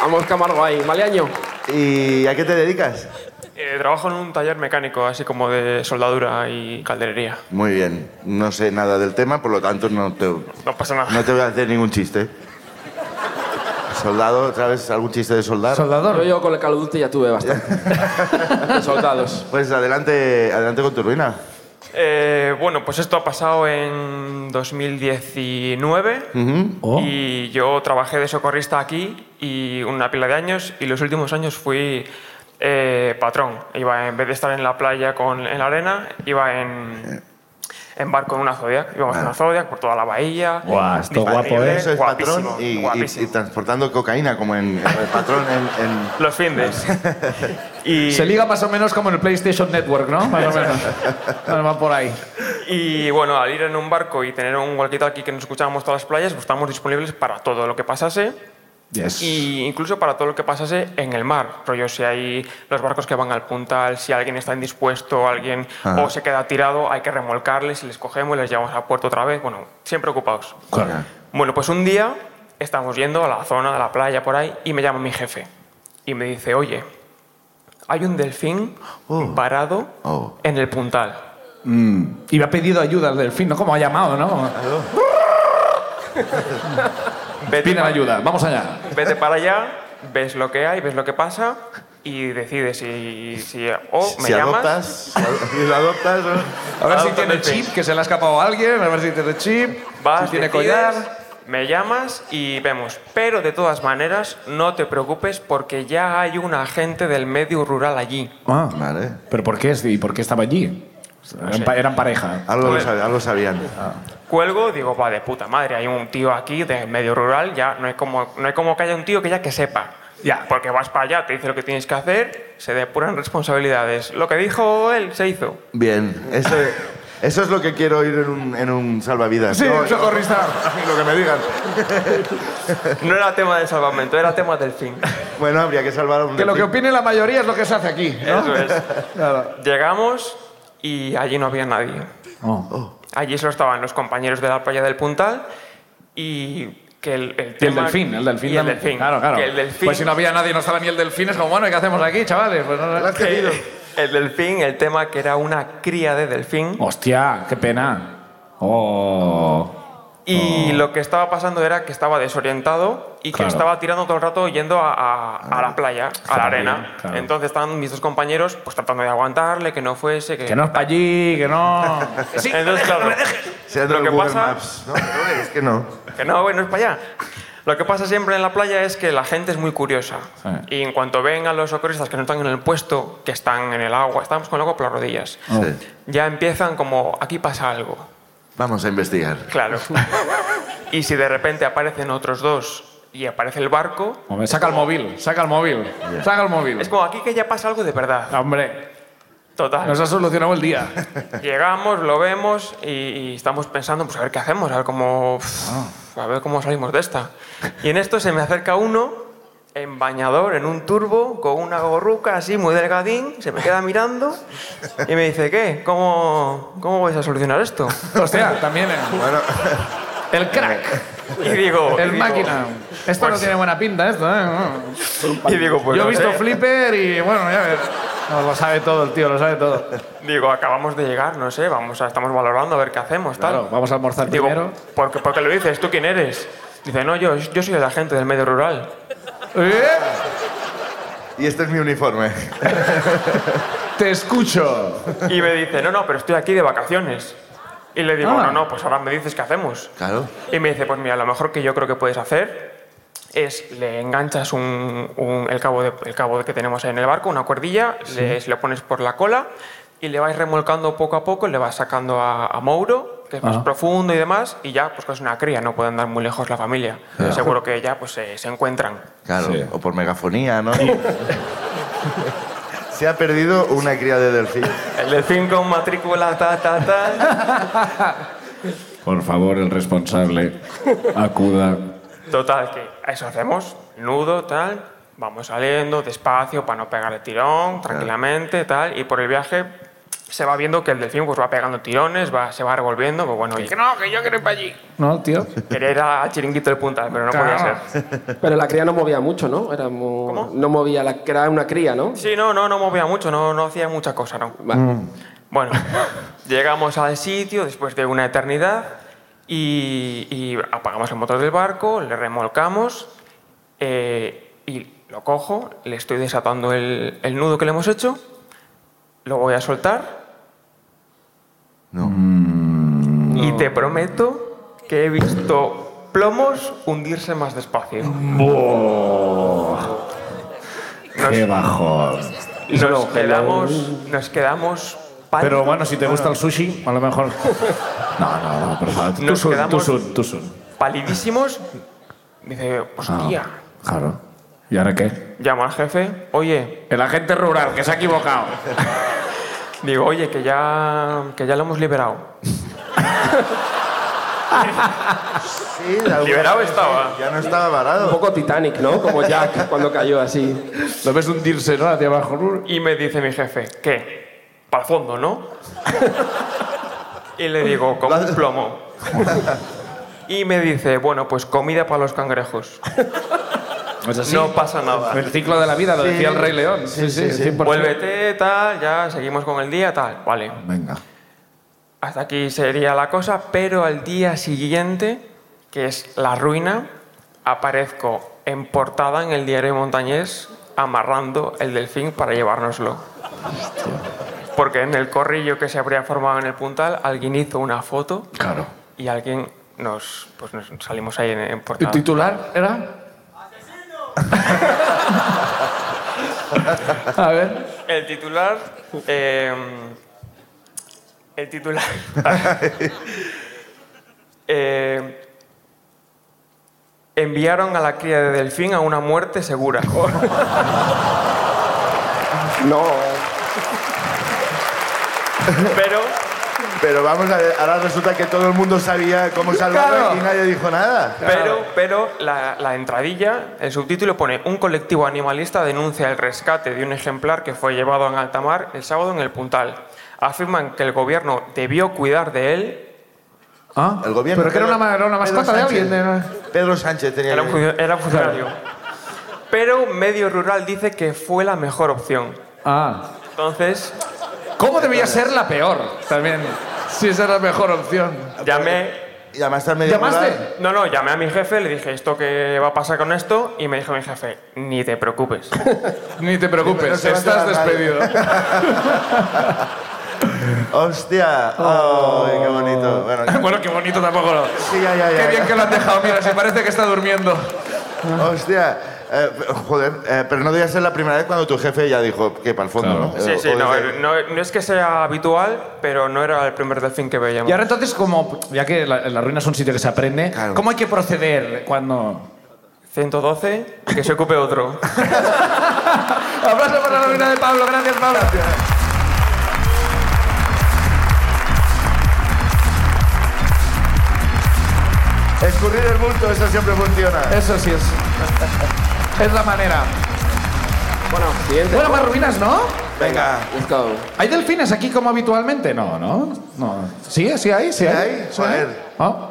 Speaker 3: Vamos, Camargo, ahí. Maleaño.
Speaker 1: ¿Y a qué te dedicas?
Speaker 4: Eh, trabajo en un taller mecánico, así como de soldadura y calderería.
Speaker 1: Muy bien. No sé nada del tema, por lo tanto no te, no
Speaker 4: No pasa nada.
Speaker 1: te voy a hacer ningún chiste. Soldado, ¿sabes algún chiste de soldar?
Speaker 3: Yo,
Speaker 2: Soldador.
Speaker 3: yo con el Call of Duty ya tuve bastante. De soldados.
Speaker 1: Pues adelante, adelante con tu ruina.
Speaker 4: Eh, bueno, pues esto ha pasado en 2019
Speaker 2: Oh.
Speaker 4: y yo trabajé de socorrista aquí y una pila de años y los últimos años fui eh, patrón. Iba en vez de estar en la playa con, en la arena, iba en,
Speaker 2: Eh.
Speaker 4: en barco en una Zodiac. Íbamos en una Zodiac por toda la bahía.
Speaker 2: Buah, Ah. esto
Speaker 4: Disponible,
Speaker 2: guapo, ¿eh?
Speaker 1: Eso es patrón
Speaker 4: guapísimo,
Speaker 1: y, y-
Speaker 4: guapísimo.
Speaker 1: y transportando cocaína como en, en el patrón en, en-
Speaker 4: Los
Speaker 1: (laughs)
Speaker 4: findes. y,
Speaker 2: Se liga más o menos como en el PlayStation Network, ¿no? Más o (laughs) menos. Bueno, va por ahí.
Speaker 4: y bueno, al ir en un barco y tener un walkie-talkie que nos escuchábamos todas las playas, pues estábamos disponibles para todo lo que pasase.
Speaker 2: Yes.
Speaker 4: Y incluso para todo lo que pasase en el mar. Rollo, si hay los barcos que van al puntal, si alguien está indispuesto, alguien
Speaker 1: Ajá.
Speaker 4: o se queda tirado, hay que remolcarles y les cogemos y les llevamos a puerto otra vez. Bueno, siempre ocupados.
Speaker 1: Claro.
Speaker 4: Bueno, pues un día estamos yendo a la zona de la playa por ahí y me llama mi jefe y me dice, oye, hay un delfín
Speaker 1: Oh.
Speaker 4: parado
Speaker 1: Oh.
Speaker 4: en el puntal.
Speaker 2: Y me ha pedido ayuda al delfín, ¿no? Como ha llamado, ¿no?
Speaker 4: Vete
Speaker 2: Piden
Speaker 4: pa-
Speaker 2: ayuda, vamos allá.
Speaker 4: Vete para allá, ves lo que hay, ves lo que pasa y decides si, si o me
Speaker 1: si
Speaker 4: llamas.
Speaker 1: adoptas, (laughs) si lo adoptas. ¿no?
Speaker 2: A ver si
Speaker 4: Adopta
Speaker 2: tiene
Speaker 4: delfín.
Speaker 2: chip, que se le ha escapado a alguien, a ver si tiene chip,
Speaker 4: Vas,
Speaker 2: si tiene
Speaker 4: decides,
Speaker 2: collar.
Speaker 4: Me llamas y vemos. Pero de todas maneras, no te preocupes porque ya hay un agente del medio rural allí.
Speaker 2: Ah,
Speaker 1: Vale.
Speaker 2: ¿Pero por qué? ¿Y por qué estaba allí? Eran, pa- eran pareja.
Speaker 1: Algo lo,
Speaker 4: Joder.
Speaker 1: sabían, algo sabían.
Speaker 4: Cuelgo, digo, va de puta madre, hay un tío aquí del medio rural, ya no hay como, no hay como que haya un tío que ya que sepa.
Speaker 2: Ya.
Speaker 4: Porque vas para allá, te dice lo que tienes que hacer, se depuran responsabilidades. Lo que dijo él se hizo.
Speaker 1: Bien. Eso, eso es lo que quiero ir en un, en un salvavidas.
Speaker 2: Sí,
Speaker 1: No,
Speaker 2: un socorrista. (laughs)
Speaker 1: (laughs) Lo que me digan.
Speaker 4: No era tema de salvamento, era tema del fin.
Speaker 1: Bueno, habría que salvar a un
Speaker 2: Que lo que
Speaker 1: delfín.
Speaker 2: opine la mayoría es lo que se hace aquí, ¿eh? ¿no?
Speaker 4: Eso es.
Speaker 2: Claro.
Speaker 4: Llegamos y allí no había nadie. Oh.
Speaker 2: Oh.
Speaker 4: Allí solo estaban los compañeros de la playa del Puntal y que el, el
Speaker 2: Y el
Speaker 4: tema-
Speaker 2: delfín, el delfín.
Speaker 4: y el
Speaker 2: también.
Speaker 4: delfín.
Speaker 2: Claro, claro.
Speaker 4: Que el delfín-
Speaker 2: Pues si no había nadie, no estaba ni el delfín, es como, bueno, ¿y qué hacemos aquí, chavales? Pues no-
Speaker 1: Lo has
Speaker 4: que-
Speaker 1: querido.
Speaker 4: el delfín, el tema que era una cría de delfín
Speaker 2: Oh, Hostia, qué pena. Oh.
Speaker 4: y lo que estaba pasando era que estaba desorientado y que
Speaker 2: Claro.
Speaker 4: estaba tirando todo el rato yendo a, a- a la playa, a la
Speaker 2: Claro,
Speaker 4: arena.
Speaker 2: claro.
Speaker 4: Entonces estaban mis dos compañeros pues tratando de aguantarle, que no fuese, que...
Speaker 2: Que no es para allí, que (laughs) no. Oh. Sí,
Speaker 4: Entonces, claro,
Speaker 1: Se ha
Speaker 4: lo
Speaker 1: dado
Speaker 4: que
Speaker 1: Google
Speaker 4: pasa-
Speaker 1: Maps. No, es que no.
Speaker 4: Que no, bueno, es para allá. Lo que pasa siempre en la playa es que la gente es muy curiosa.
Speaker 2: Sí.
Speaker 4: Y en cuanto ven a los socorristas que no están en el puesto, que están en el agua, estamos con el agua por las rodillas,
Speaker 1: Sí.
Speaker 4: ya empiezan como, aquí pasa algo.
Speaker 1: Vamos a investigar.
Speaker 4: Claro. y si de repente aparecen otros dos y aparece el barco,
Speaker 2: Hombre, saca el móvil, saca el móvil, saca el móvil.
Speaker 4: es como aquí que ya pasa algo de verdad.
Speaker 2: Hombre,
Speaker 4: Total.
Speaker 2: nos ha solucionado el día.
Speaker 4: Llegamos, lo vemos y, y estamos pensando, pues a ver qué hacemos, a ver cómo,
Speaker 2: Ah.
Speaker 4: a ver cómo salimos de esta. Y en esto se me acerca uno en bañador, en un turbo, con una gorruca así muy delgadín, se me queda mirando y me dice, ¿qué? ¿Cómo, cómo vais a solucionar esto?
Speaker 2: Hostia, (laughs) también el,
Speaker 1: Bueno,
Speaker 2: el (laughs) crack,
Speaker 4: Y digo, y
Speaker 2: el
Speaker 4: digo-
Speaker 2: máquina. Esto no
Speaker 4: pues-
Speaker 2: tiene buena pinta, esto, ¿eh? No.
Speaker 4: Y digo, pues
Speaker 2: Yo he
Speaker 4: no
Speaker 2: visto
Speaker 4: sé.
Speaker 2: Flipper y bueno, ya ves. No, lo sabe todo el tío, lo sabe todo.
Speaker 4: Digo, acabamos de llegar, no sé, vamos a, estamos valorando a ver qué hacemos, tal.
Speaker 2: Claro, vamos a almorzar
Speaker 4: Digo,
Speaker 2: primero.
Speaker 4: ¿por qué, por qué lo dices? ¿Tú quién eres? Dice, no, yo, yo soy el agente del medio rural.
Speaker 2: ¿Eh?
Speaker 1: y este es mi uniforme.
Speaker 2: Te escucho.
Speaker 4: Y me dice, no, no, pero estoy aquí de vacaciones. Y le digo,
Speaker 2: Ah.
Speaker 4: no, no, pues ahora me dices qué hacemos.
Speaker 1: Claro.
Speaker 4: Y me dice, pues mira, lo mejor que yo creo que puedes hacer es le enganchas un, un- el, cabo de- el cabo que tenemos en el barco, una cuerdilla, le, se lo pones por la cola y le vais remolcando poco a poco, le vas sacando a, a Mouro, que es más
Speaker 2: Ah.
Speaker 4: profundo y demás, y ya, pues que es una cría, no puede andar muy lejos la familia. Seguro que ya pues se- se encuentran.
Speaker 1: Claro.
Speaker 2: Sí.
Speaker 1: O por megafonía, ¿no? Se ha perdido una cría de delfín.
Speaker 4: El delfín con matrícula, ta, ta, ta.
Speaker 2: Por favor, el responsable, acuda.
Speaker 4: Total, que eso hacemos, nudo, tal. Vamos saliendo despacio para no pegar el tirón, tranquilamente, tal. Y por el viaje se va viendo que el delfín pues, va pegando tirones, va, se va revolviendo. Pues bueno, y que no, que yo quiero ir para allí.
Speaker 2: ¿No, tío?
Speaker 4: Quería ir al chiringuito del puntal, pero no
Speaker 2: Claro.
Speaker 4: podía ser.
Speaker 3: Pero la cría no movía mucho, ¿no? Era mu- No movía, la... era una cría, ¿no?
Speaker 4: Sí, no, no, no movía mucho, no, no hacía mucha cosa, no.
Speaker 3: Vale.
Speaker 4: Bueno, (laughs) llegamos al sitio después de una eternidad y, y apagamos el motor del barco, le remolcamos eh, y lo cojo, le estoy desatando el, el nudo que le hemos hecho, lo voy a soltar
Speaker 1: No.
Speaker 4: y te prometo que he visto plomos hundirse más despacio.
Speaker 2: Oh. ¡Qué bajón!
Speaker 4: Nos quedamos, nos quedamos
Speaker 2: Pero
Speaker 4: pálidos.
Speaker 2: bueno, si te gusta el sushi, a lo mejor. No, no, no, por favor. Tú
Speaker 4: Nos
Speaker 2: sun, tú
Speaker 4: quedamos-
Speaker 2: sun, tú sun.
Speaker 4: palidísimos. Dice, hostia.
Speaker 2: Claro. ¿Y ahora qué?
Speaker 4: Llamo al jefe, oye,
Speaker 2: El agente rural, que se ha equivocado.
Speaker 4: Digo, oye, que ya, que ya lo hemos liberado.
Speaker 1: Sí, de alguna
Speaker 4: Liberado
Speaker 1: manera,
Speaker 4: estaba.
Speaker 1: sí. Ya no estaba varado.
Speaker 3: Un poco Titanic, ¿no? Como Jack cuando cayó así.
Speaker 2: Lo ves hundirse, ¿no? Hacia abajo. ¿no?
Speaker 4: Y me dice mi jefe, ¿qué? Para fondo, ¿no? y le digo, como un plomo. y me dice, bueno, pues comida para los cangrejos.
Speaker 2: Pues así.
Speaker 4: No pasa nada.
Speaker 2: El ciclo de la vida, lo
Speaker 1: Sí.
Speaker 2: decía el Rey León. Sí, sí,
Speaker 1: sí, sí.
Speaker 2: 100%.
Speaker 4: Vuélvete, tal, ya seguimos con el día, tal. Vale.
Speaker 1: Venga.
Speaker 4: Hasta aquí sería la cosa, pero al día siguiente, que es la ruina, aparezco en portada en el diario Montañés amarrando el delfín para llevárnoslo. Porque en el corrillo que se habría formado en el puntal, alguien hizo una foto
Speaker 1: Claro.
Speaker 4: y alguien nos, pues nos salimos ahí en, en
Speaker 2: ¿El
Speaker 4: portada.
Speaker 2: titular era? A ver.
Speaker 4: El titular. eh, el titular. (laughs) Eh, enviaron a la cría de delfín a una muerte
Speaker 2: (laughs)
Speaker 4: segura.
Speaker 3: No.
Speaker 4: Pero
Speaker 1: Pero vamos a ver, ahora resulta que todo el mundo sabía cómo salvarlo
Speaker 2: Claro.
Speaker 1: y nadie dijo nada.
Speaker 4: Pero, pero la, la entradilla, el subtítulo pone, un colectivo animalista denuncia el rescate de un ejemplar que fue llevado en alta mar el sábado en el Puntal. Afirman que el gobierno debió cuidar de él,
Speaker 2: Ah,
Speaker 1: El gobierno.
Speaker 2: Pero que era una,
Speaker 1: Pedro-
Speaker 2: ma- era una
Speaker 1: Pedro
Speaker 2: mascota de
Speaker 1: Sánchez.
Speaker 2: alguien. de-
Speaker 1: Pedro Sánchez tenía.
Speaker 4: era un,
Speaker 1: que-
Speaker 4: funcio- era un funcionario. Pero medio rural dice que fue la mejor opción.
Speaker 2: Ah.
Speaker 4: Entonces,
Speaker 2: ¿Cómo debía ser la peor? También. Si esa era la mejor opción.
Speaker 4: llamé...
Speaker 1: Llamaste al medio rural.
Speaker 2: ¿Llamaste?
Speaker 4: No, no, llamé a mi jefe, le dije esto que va a pasar con esto y me dijo mi jefe, ni te preocupes.
Speaker 2: Ni te
Speaker 1: Pero no
Speaker 2: preocupes,
Speaker 1: se va a
Speaker 2: estás
Speaker 1: enterar nadie. (laughs)
Speaker 2: despedido.
Speaker 1: Hostia. Oh, qué
Speaker 2: (laughs)
Speaker 1: bonito. Bueno,
Speaker 2: bueno, qué bonito tampoco lo.
Speaker 1: sí, ya, ya, ya.
Speaker 2: Qué bien que lo han dejado, mira, se parece que está durmiendo.
Speaker 1: Hostia. Eh, joder, eh, pero no debía ser la primera vez cuando tu jefe ya dijo que para el fondo, ¿no? Eh,
Speaker 4: Sí, sí,
Speaker 1: O- o
Speaker 4: no, eh,
Speaker 1: dice-
Speaker 4: no, no es que sea habitual, pero no era el primer delfín que veíamos.
Speaker 2: Y ahora entonces, como, ya que la, la ruina es un sitio que se aprende,
Speaker 1: Claro.
Speaker 2: ¿cómo hay que proceder cuando...
Speaker 4: 112, que se ocupe otro.
Speaker 2: Abrazo para la ruina de Pablo, gracias Pablo.
Speaker 1: eh, Escurrir el bulto, eso siempre funciona.
Speaker 2: Eso sí es. Es la manera.
Speaker 3: Bueno, siguiente.
Speaker 2: Bueno, más ruinas, ¿no?
Speaker 1: Venga.
Speaker 3: Let's go.
Speaker 2: ¿Hay delfines aquí como habitualmente? No, ¿no? no. ¿Sí? ¿Sí hay? ¿Sí hay?
Speaker 1: hay?
Speaker 2: ¿Sí hay?
Speaker 1: Joder.
Speaker 2: Ah.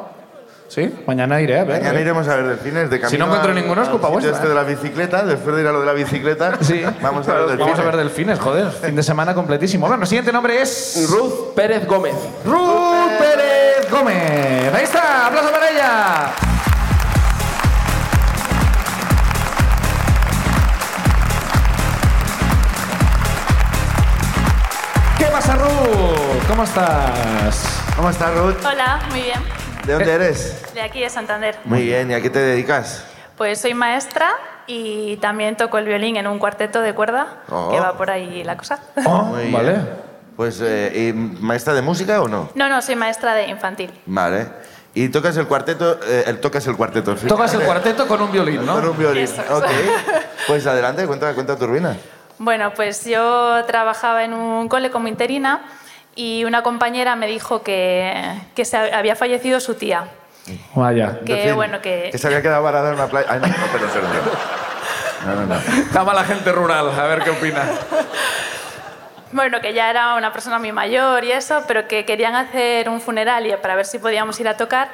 Speaker 2: ¿Sí? Mañana iré a ver.
Speaker 1: Mañana iremos a ver delfines de camino.
Speaker 2: Si no encuentro
Speaker 1: al-
Speaker 2: ninguno, es
Speaker 1: al
Speaker 2: culpa
Speaker 1: sitio
Speaker 2: vuestra, eh.
Speaker 1: Este de la bicicleta, después de ir a lo de la bicicleta,
Speaker 2: Sí.
Speaker 1: vamos a ver delfines.
Speaker 2: Vamos a ver delfines, joder. Fin de semana completísimo. Bueno, el siguiente nombre es...
Speaker 3: Ruth Pérez Gómez.
Speaker 2: Ruth Pérez Gómez. Ahí está, aplauso para ella. ¿Qué pasa, Ruth? ¿Cómo estás?
Speaker 1: ¿Cómo estás, Ruth?
Speaker 5: Hola, muy bien.
Speaker 1: ¿De
Speaker 2: Eh.
Speaker 1: dónde eres?
Speaker 5: De aquí de Santander.
Speaker 1: Muy bien, ¿y a qué te dedicas?
Speaker 5: Pues soy maestra y también toco el violín en un cuarteto de cuerda,
Speaker 1: Oh.
Speaker 5: que va por ahí la cosa.
Speaker 2: Oh,
Speaker 1: Muy
Speaker 2: vale.
Speaker 1: bien. Pues, eh, ¿y maestra de música o no?
Speaker 5: No, no, soy maestra de infantil.
Speaker 1: Vale. ¿Y tocas el cuarteto? eh, el, tocas el cuarteto,
Speaker 2: (laughs)
Speaker 1: sí.
Speaker 2: Tocas el cuarteto con un violín,
Speaker 1: Con
Speaker 2: ¿no?
Speaker 1: un violín.
Speaker 5: Eso es.
Speaker 1: Ok. (laughs) Pues adelante, cuenta, cuenta tu ruina.
Speaker 5: Bueno, pues yo trabajaba en un cole como interina y una compañera me dijo que, que se ha- había fallecido su tía.
Speaker 2: Vaya.
Speaker 5: Que
Speaker 1: Delfín,
Speaker 5: bueno, que-
Speaker 1: Que se había quedado varada en una playa. Ay, no, no, pero en serio. No, no, no.
Speaker 2: Llama a la gente rural, a ver qué opina.
Speaker 5: Bueno, que ya era una persona muy mayor y eso, pero que querían hacer un funeral y para ver si podíamos ir a tocar,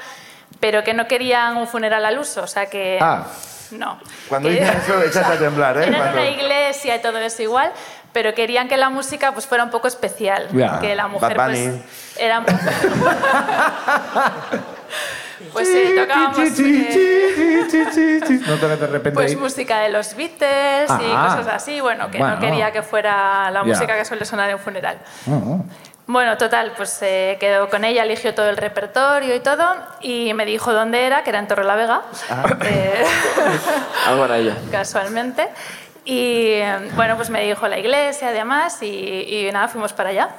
Speaker 5: pero que no querían un funeral al uso, o sea que...
Speaker 2: Ah.
Speaker 5: No.
Speaker 1: Cuando
Speaker 5: Que-
Speaker 1: dicen
Speaker 5: (laughs)
Speaker 1: eso, echas a temblar, ¿eh?
Speaker 5: Era en
Speaker 1: Cuando-
Speaker 5: una iglesia y todo eso igual, pero querían que la música pues fuera un poco especial,
Speaker 2: Ya.
Speaker 5: que la mujer
Speaker 1: Bad Bunny.
Speaker 5: pues era un
Speaker 2: (laughs)
Speaker 5: poco- Pues sí, tocábamos eh,
Speaker 2: No te de repente
Speaker 5: pues
Speaker 2: ahí.
Speaker 5: música de los Beatles y
Speaker 2: Ah.
Speaker 5: cosas así, bueno, que
Speaker 2: Bueno.
Speaker 5: no quería que fuera la
Speaker 2: Ya.
Speaker 5: música que suele sonar en un funeral.
Speaker 2: Oh,
Speaker 5: Bueno, total, pues se quedó con ella, eligió todo el repertorio y todo, y me dijo dónde era, que era en Torrelavega.
Speaker 2: Ah.
Speaker 5: Eh,
Speaker 3: Algo para ella.
Speaker 5: casualmente. Y eh, bueno, pues me dijo la iglesia, además, y, y nada, fuimos para allá.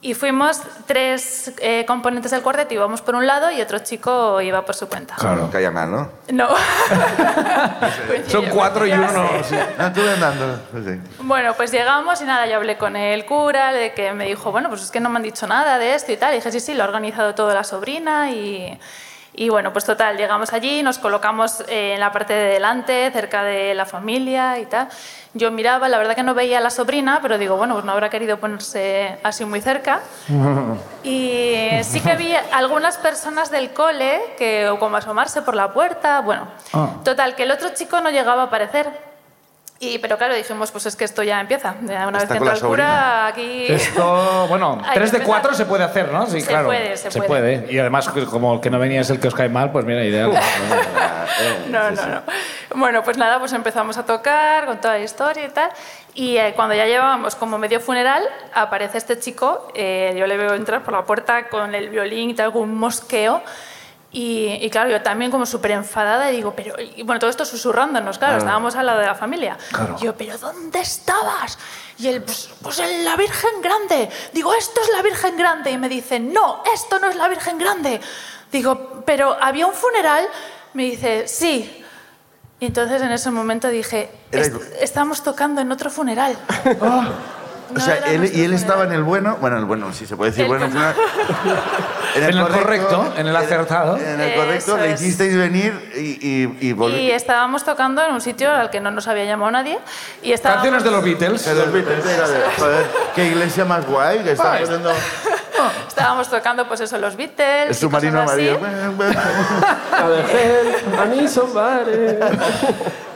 Speaker 5: Y fuimos tres eh, componentes del cuarteto, íbamos por un lado y otro chico iba por su cuenta.
Speaker 1: Claro. Calla mal, ¿no?
Speaker 5: No. Pues
Speaker 2: Son cuatro y uno. sí.
Speaker 1: No, tú andando. pues sí.
Speaker 5: Bueno, pues llegamos y nada, yo hablé con el cura, de que me dijo, bueno, pues es que no me han dicho nada de esto y tal. Y dije, sí, sí, lo ha organizado todo la sobrina y... Y bueno, pues total, llegamos allí, nos colocamos eh, en la parte de delante, cerca de la familia y tal. Yo miraba, la verdad que no veía a la sobrina, pero digo, bueno, pues no habrá querido ponerse así muy cerca. Y sí que vi algunas personas del cole que o como asomarse por la puerta, bueno. Total, que el otro chico no llegaba a aparecer. Y, pero claro, dijimos, pues es que esto ya empieza. Ya Una vez que
Speaker 1: con la
Speaker 5: entra el cura, aquí...
Speaker 2: Esto, bueno,
Speaker 5: Hay que
Speaker 2: tres de
Speaker 5: empezar.
Speaker 2: cuatro se puede hacer, ¿no? Sí,
Speaker 5: Se
Speaker 2: claro.
Speaker 5: puede, se
Speaker 2: puede.
Speaker 5: puede.
Speaker 2: Y además, como el que no venía es el que os cae mal, pues mira, ideal.
Speaker 5: (laughs) No, no, no. Bueno, pues nada, pues empezamos a tocar con toda la historia y tal. Y eh, cuando ya llevábamos como medio funeral, aparece este chico, eh, yo le veo entrar por la puerta con el violín y tal, con un mosqueo. Y, y claro, yo también como súper enfadada y digo, pero, y bueno, todo esto susurrándonos, claro, estábamos al lado de la familia.
Speaker 2: Claro.
Speaker 5: Y yo, pero ¿dónde estabas? Y él, pues, pues en la Virgen Grande. Digo, esto es la Virgen Grande. Y me dice, no, esto no es la Virgen Grande. Digo, pero había un funeral. Me dice, sí. Y entonces en ese momento dije,
Speaker 1: Era- Ah.
Speaker 5: "Est- estamos tocando en otro
Speaker 1: (laughs)
Speaker 5: funeral.
Speaker 1: O sea, él, y él estaba en el bueno, bueno, el bueno, sí se puede decir
Speaker 5: El
Speaker 1: bueno, en, una-
Speaker 2: (laughs) En el correcto, en el acertado.
Speaker 1: En el
Speaker 5: Eso
Speaker 1: correcto, le
Speaker 5: es.
Speaker 1: hicisteis venir y, y, y volvi-
Speaker 5: Y estábamos tocando en un sitio al que no nos había llamado nadie. Y estábamos...
Speaker 2: Canciones de los Beatles.
Speaker 1: Se los Beatles, era de, joder, qué iglesia más guay que está
Speaker 2: Ah, es-
Speaker 1: poniendo
Speaker 5: Estábamos tocando, pues eso, los Beatles.
Speaker 1: el
Speaker 5: y
Speaker 1: submarino
Speaker 5: cosas así.
Speaker 1: amarillo.
Speaker 3: La de gel, a mí son bares.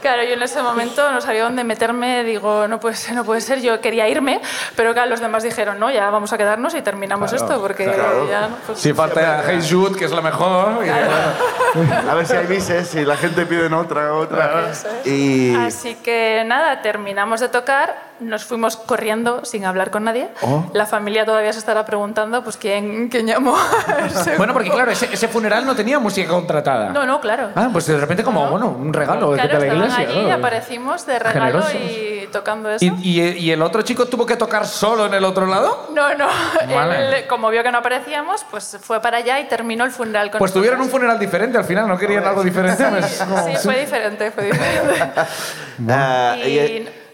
Speaker 5: Claro, yo en ese momento no sabía dónde meterme. Digo, no puede ser, no puede ser. Yo quería irme, pero claro, los demás dijeron, no, ya vamos a quedarnos y terminamos esto, porque ya... no, pues-
Speaker 2: Si falta Hey Jude, que es la mejor. y-
Speaker 1: A ver si hay bises, si la gente pide otra, otra. Y
Speaker 5: Así que nada, terminamos de tocar, nos fuimos corriendo sin hablar con nadie.
Speaker 2: Oh.
Speaker 5: La familia todavía se estará preguntando, pues, ¿quién, quién
Speaker 2: (laughs)
Speaker 5: llamó? (laughs)
Speaker 2: Bueno, porque claro, ese, ese funeral no tenía música contratada.
Speaker 5: No, no, claro.
Speaker 2: Ah, pues de repente como, bueno, un regalo de
Speaker 5: claro,
Speaker 2: la
Speaker 5: estaban
Speaker 2: iglesia.
Speaker 5: allí,
Speaker 2: ¿no?
Speaker 5: aparecimos de regalo
Speaker 2: Generosos.
Speaker 5: y tocando eso.
Speaker 2: ¿Y, y- y el otro chico tuvo que tocar solo en el otro lado?
Speaker 5: No,
Speaker 2: (laughs)
Speaker 5: no,
Speaker 2: Vale.
Speaker 5: él, como vio que no aparecíamos, pues fue para allá y terminó el funeral con
Speaker 2: Pues tuvieron un
Speaker 5: nosotros.
Speaker 2: funeral diferente al final, no querían algo diferente. pues,
Speaker 5: (laughs)
Speaker 2: no.
Speaker 5: Sí, fue diferente, fue
Speaker 2: (laughs)
Speaker 5: diferente.
Speaker 1: Ah,
Speaker 5: Y-
Speaker 1: y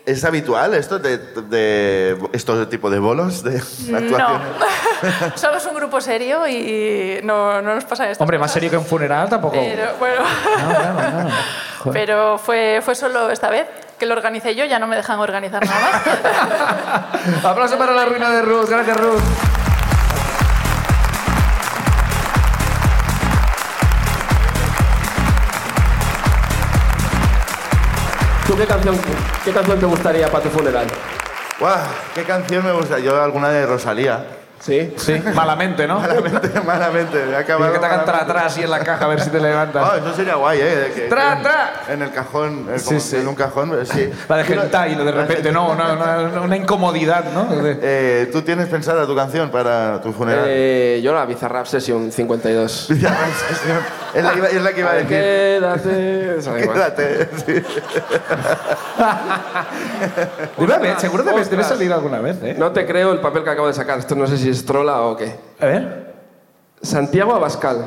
Speaker 1: es, es habitual esto de, de estos tipos de bolos de
Speaker 5: no,
Speaker 1: actuaciones.
Speaker 5: (laughs) somos un grupo serio y no, no nos pasa esto.
Speaker 2: Hombre, más serio que un funeral tampoco.
Speaker 5: Pero Oh. Ah, bueno. (laughs) Pero fue, fue solo esta vez que lo organicé yo, ya no me dejan organizar nada (laughs) más.
Speaker 2: Aplauso para la ruina de Ruth, gracias Ruth.
Speaker 3: ¿Tú qué canción, qué canción te gustaría para tu funeral?
Speaker 1: ¡Guau! ¿Qué canción me gusta? Yo alguna de Rosalía. (laughs)
Speaker 3: ¿Sí?
Speaker 2: Sí, malamente, ¿no? Tienes
Speaker 1: Malamente, malamente. he acabado
Speaker 2: que te hagan tra
Speaker 1: malamente.
Speaker 2: atrás y en la caja a ver si te
Speaker 1: Ah,
Speaker 2: levantas.
Speaker 1: eso sería guay, ¿eh? de que-
Speaker 2: Tra,
Speaker 1: en-
Speaker 2: tra.
Speaker 1: En el cajón, eh,
Speaker 2: Sí,
Speaker 1: como
Speaker 2: sí.
Speaker 1: en un cajón, pero sí.
Speaker 2: La de hentai, de repente, no, no, no, una incomodidad, ¿no? De-
Speaker 1: Eh, ¿Tú tienes pensada tu canción para tu funeral?
Speaker 3: Eh, yo la Bizarrap Session
Speaker 6: (laughs)
Speaker 3: 52.
Speaker 1: Ya, es, la, que iba- es la que iba a decir.
Speaker 3: Quédate. Esa da
Speaker 6: (laughs)
Speaker 3: igual.
Speaker 1: Quédate. sí.
Speaker 2: Debe haber- seguro debe, debe
Speaker 3: Ostras.
Speaker 2: salir alguna vez, ¿eh?
Speaker 3: No te creo el papel que acabo de sacar. Esto no sé si es trola o qué.
Speaker 2: A ver.
Speaker 3: Santiago Abascal.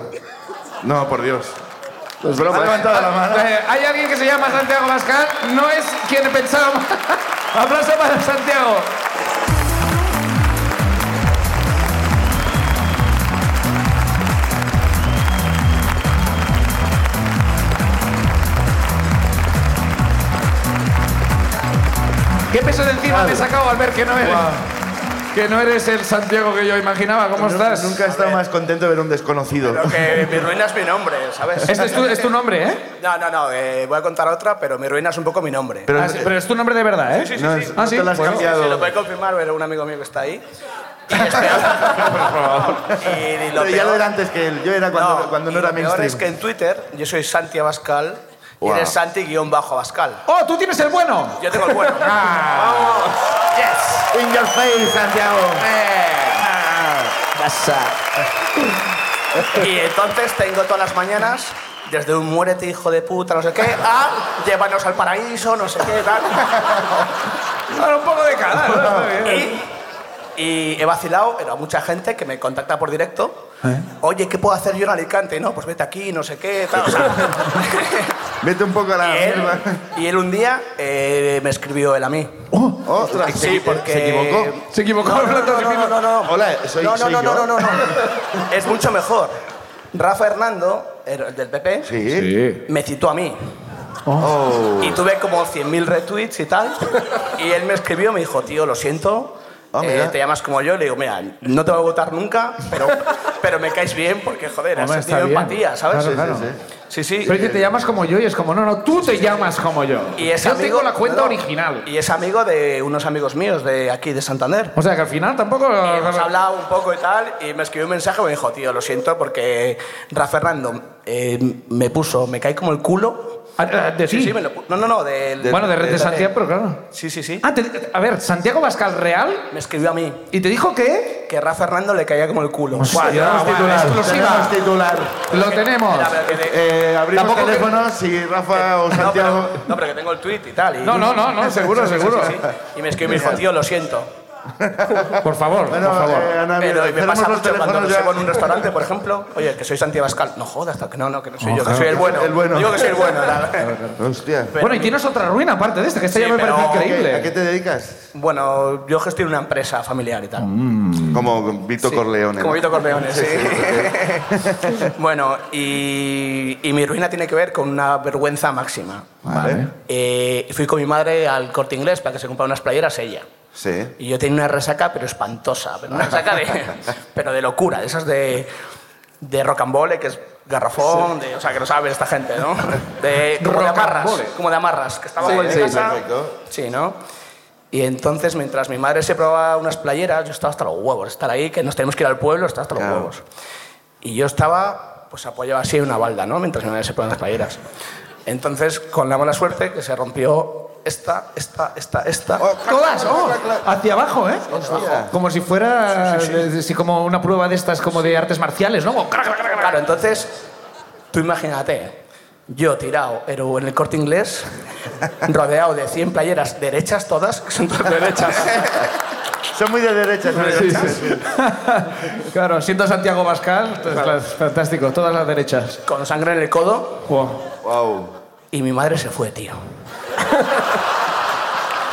Speaker 1: No, por Dios.
Speaker 6: Pues
Speaker 3: No es
Speaker 1: Ha
Speaker 3: broma. ¿eh?
Speaker 1: levantado la mano.
Speaker 2: Eh, Hay alguien que se llama Santiago Pascal, no es quien pensábamos. (laughs) Aplauso para Santiago. ¿Qué peso de encima me he sacado al ver que no eres, que no eres el Santiago que yo imaginaba? ¿Cómo estás?
Speaker 1: Nunca he estado más contento de ver un desconocido.
Speaker 6: Pero que mi ruina es mi nombre, ¿sabes?
Speaker 2: Este es tu, es tu nombre, ¿eh?
Speaker 6: No, no, no, eh, voy a contar otra, pero mi ruina es un poco mi nombre.
Speaker 1: Pero,
Speaker 2: Ah, sí, pero es tu nombre de verdad, ¿eh?
Speaker 1: no, es-
Speaker 2: Ah,
Speaker 1: no
Speaker 2: sí.
Speaker 1: te lo has
Speaker 2: Bueno.
Speaker 1: cambiado.
Speaker 6: Sí, lo puede confirmar, pero un amigo mío que está
Speaker 1: (laughs)
Speaker 6: ahí. Y este- y lo
Speaker 1: Pero ya lo
Speaker 6: peor-
Speaker 1: era antes que él. Yo era cuando no, cuando
Speaker 6: y
Speaker 1: no era
Speaker 6: lo peor
Speaker 1: mainstream.
Speaker 6: es que en Twitter yo soy Santi Abascal
Speaker 1: Wow.
Speaker 6: y eres Santi-Abascal.
Speaker 2: ¡Oh, tú tienes el bueno!
Speaker 6: Yo tengo el
Speaker 1: (laughs)
Speaker 6: bueno.
Speaker 1: Ah.
Speaker 6: ¡Vamos! ¡Yes!
Speaker 1: In your face, Santiago.
Speaker 6: Y entonces tengo todas las mañanas, desde un muérete hijo de puta, no sé qué, a llévanos al paraíso, no sé qué, tal.
Speaker 2: Ahora un poco de cara, ¿no? Está bien.
Speaker 6: Y, y he vacilado, pero a mucha gente que me contacta por directo. Oye, ¿qué puedo hacer yo en Alicante? Y, No, pues vete aquí, no sé qué, tal. o (laughs) sea,
Speaker 1: Vete un poco a la
Speaker 6: y, él,
Speaker 1: mierda.
Speaker 6: y él un día eh, me escribió él a mí.
Speaker 1: Ostras,
Speaker 6: Sí,
Speaker 1: se-
Speaker 6: porque-
Speaker 1: se equivocó.
Speaker 2: Se equivocó
Speaker 6: No, no,
Speaker 2: hablando
Speaker 6: no,
Speaker 2: de sí
Speaker 6: no,
Speaker 2: mismo.
Speaker 6: no, no, no.
Speaker 1: Hola, soy-
Speaker 6: no, no,
Speaker 1: soy
Speaker 6: no,
Speaker 1: yo.
Speaker 6: no, no, no, no. (laughs) Es mucho mejor. Rafa Hernando, el del PP,
Speaker 1: Sí.
Speaker 6: me citó a mí.
Speaker 1: Oh.
Speaker 6: Y tuve como 100.000 retweets y tal. Y él me escribió, me dijo, tío, lo siento.
Speaker 1: Ah,
Speaker 6: eh,
Speaker 1: mira.
Speaker 6: te llamas como yo, le digo, mira, no te voy a votar nunca, pero, pero me caes bien porque, joder, has
Speaker 2: Hombre,
Speaker 6: sentido
Speaker 2: está bien.
Speaker 6: empatía, ¿sabes?
Speaker 2: Claro, claro.
Speaker 6: Sí,
Speaker 1: Sí, sí,
Speaker 6: sí.
Speaker 2: Pero es que te llamas como yo y es como, no, no, tú te llamas como yo.
Speaker 6: Y es
Speaker 2: yo
Speaker 6: amigo-
Speaker 2: tengo la cuenta
Speaker 6: no, no.
Speaker 2: original.
Speaker 6: Y es amigo de unos amigos míos de aquí, de Santander.
Speaker 2: O sea que al final tampoco.
Speaker 6: Y hemos hablado un poco y tal, y me escribió un mensaje, me dijo, tío, lo siento porque Rafa Hernando eh, me puso, me cae como el culo.
Speaker 2: Ah, ah, de ti.
Speaker 6: Sí, sí, me lo puso. No, no, no, del...
Speaker 2: bueno, de, de
Speaker 6: del-
Speaker 2: Santiago, pero claro.
Speaker 6: Sí, sí, sí.
Speaker 2: Ah, te- a ver, Santiago Bascal Real
Speaker 6: Me escribió a mí
Speaker 2: y te dijo que.
Speaker 6: que Rafa Hernando le caía como el culo.
Speaker 2: Guau, tenemos titular.
Speaker 1: Tenemos
Speaker 2: Exclusiva.
Speaker 1: titular.
Speaker 2: Lo tenemos.
Speaker 6: Espera, pero que te-
Speaker 1: Eh, abrimos
Speaker 2: Tampoco que-
Speaker 1: teléfono si Rafa o
Speaker 6: no,
Speaker 1: Santiago.
Speaker 6: pero, no, pero que tengo el tweet y tal. y-
Speaker 2: No, no, no, no, seguro,
Speaker 6: (laughs) Sí, sí,
Speaker 2: seguro.
Speaker 6: sí, sí. Y me escribió y me dijo, tío, lo siento.
Speaker 2: Por favor,
Speaker 1: Bueno,
Speaker 2: por favor.
Speaker 1: eh, Ana,
Speaker 6: Pero
Speaker 1: mira,
Speaker 6: me
Speaker 1: tenemos
Speaker 6: pasa
Speaker 1: los
Speaker 6: mucho cuando
Speaker 1: teléfonos
Speaker 6: nos
Speaker 1: ya.
Speaker 6: llevo en un restaurante, por ejemplo. Oye, que soy Santiago Bascal. No jodas, que no, no, que no soy yo, que
Speaker 2: claro.
Speaker 6: soy el bueno.
Speaker 1: El bueno.
Speaker 6: Digo que soy el bueno. tal. (laughs)
Speaker 1: Hostia.
Speaker 2: bueno, y tienes otra ruina aparte de esta, que esta
Speaker 6: Sí,
Speaker 2: ya me
Speaker 6: pero-
Speaker 2: parece
Speaker 1: ¿Qué- ¿A qué
Speaker 2: increíble.
Speaker 1: te dedicas?
Speaker 6: Bueno, yo gestiono una empresa familiar y tal.
Speaker 1: Como Vito
Speaker 6: Sí,
Speaker 1: Corleone.
Speaker 6: Como
Speaker 1: ¿no?
Speaker 6: Vito Corleone, sí. (laughs) bueno, y, y mi ruina tiene que ver con una vergüenza máxima.
Speaker 1: Vale.
Speaker 6: Eh, fui con mi madre al corte inglés para que se comprara unas playeras ella.
Speaker 1: Sí.
Speaker 6: Y yo tenía una resaca, pero espantosa. Pero una resaca
Speaker 1: (laughs)
Speaker 6: de, pero de locura, de esas de, de rocambole, que es garrafón, de- o sea, que no sabe esta gente, ¿no? De, como de amarras,
Speaker 2: Rocambole.
Speaker 6: como de amarras, que estaba
Speaker 3: Sí,
Speaker 6: con el de
Speaker 3: sí,
Speaker 6: casa.
Speaker 1: perfecto.
Speaker 6: Sí, ¿no? Y entonces, mientras mi madre se probaba unas playeras, yo estaba hasta los huevos, estar ahí, que nos tenemos que ir al pueblo, estaba hasta los
Speaker 1: Claro.
Speaker 6: huevos. Y yo estaba, pues apoyado así en una balda, ¿no? Mientras mi madre se ponía las playeras. Entonces, con la mala suerte, que se rompió esta, esta, esta, esta.
Speaker 1: Oh,
Speaker 2: Todas, oh, hacia abajo, ¿eh?
Speaker 1: Hostia.
Speaker 2: Como si fuera eh, sí, como una prueba de estas como de artes marciales, ¿no? Como crac, crac, crac, crac.
Speaker 6: Claro, entonces, tú imagínate, yo tirado pero en el corte inglés, rodeado de 100 playeras derechas todas, que son todas derechas.
Speaker 1: Son muy de derecha. son de derecha.
Speaker 2: Claro, siento Santiago Bascal, fantástico, todas las derechas.
Speaker 6: con sangre en el codo,
Speaker 1: Wow.
Speaker 6: y mi madre se fue, tío.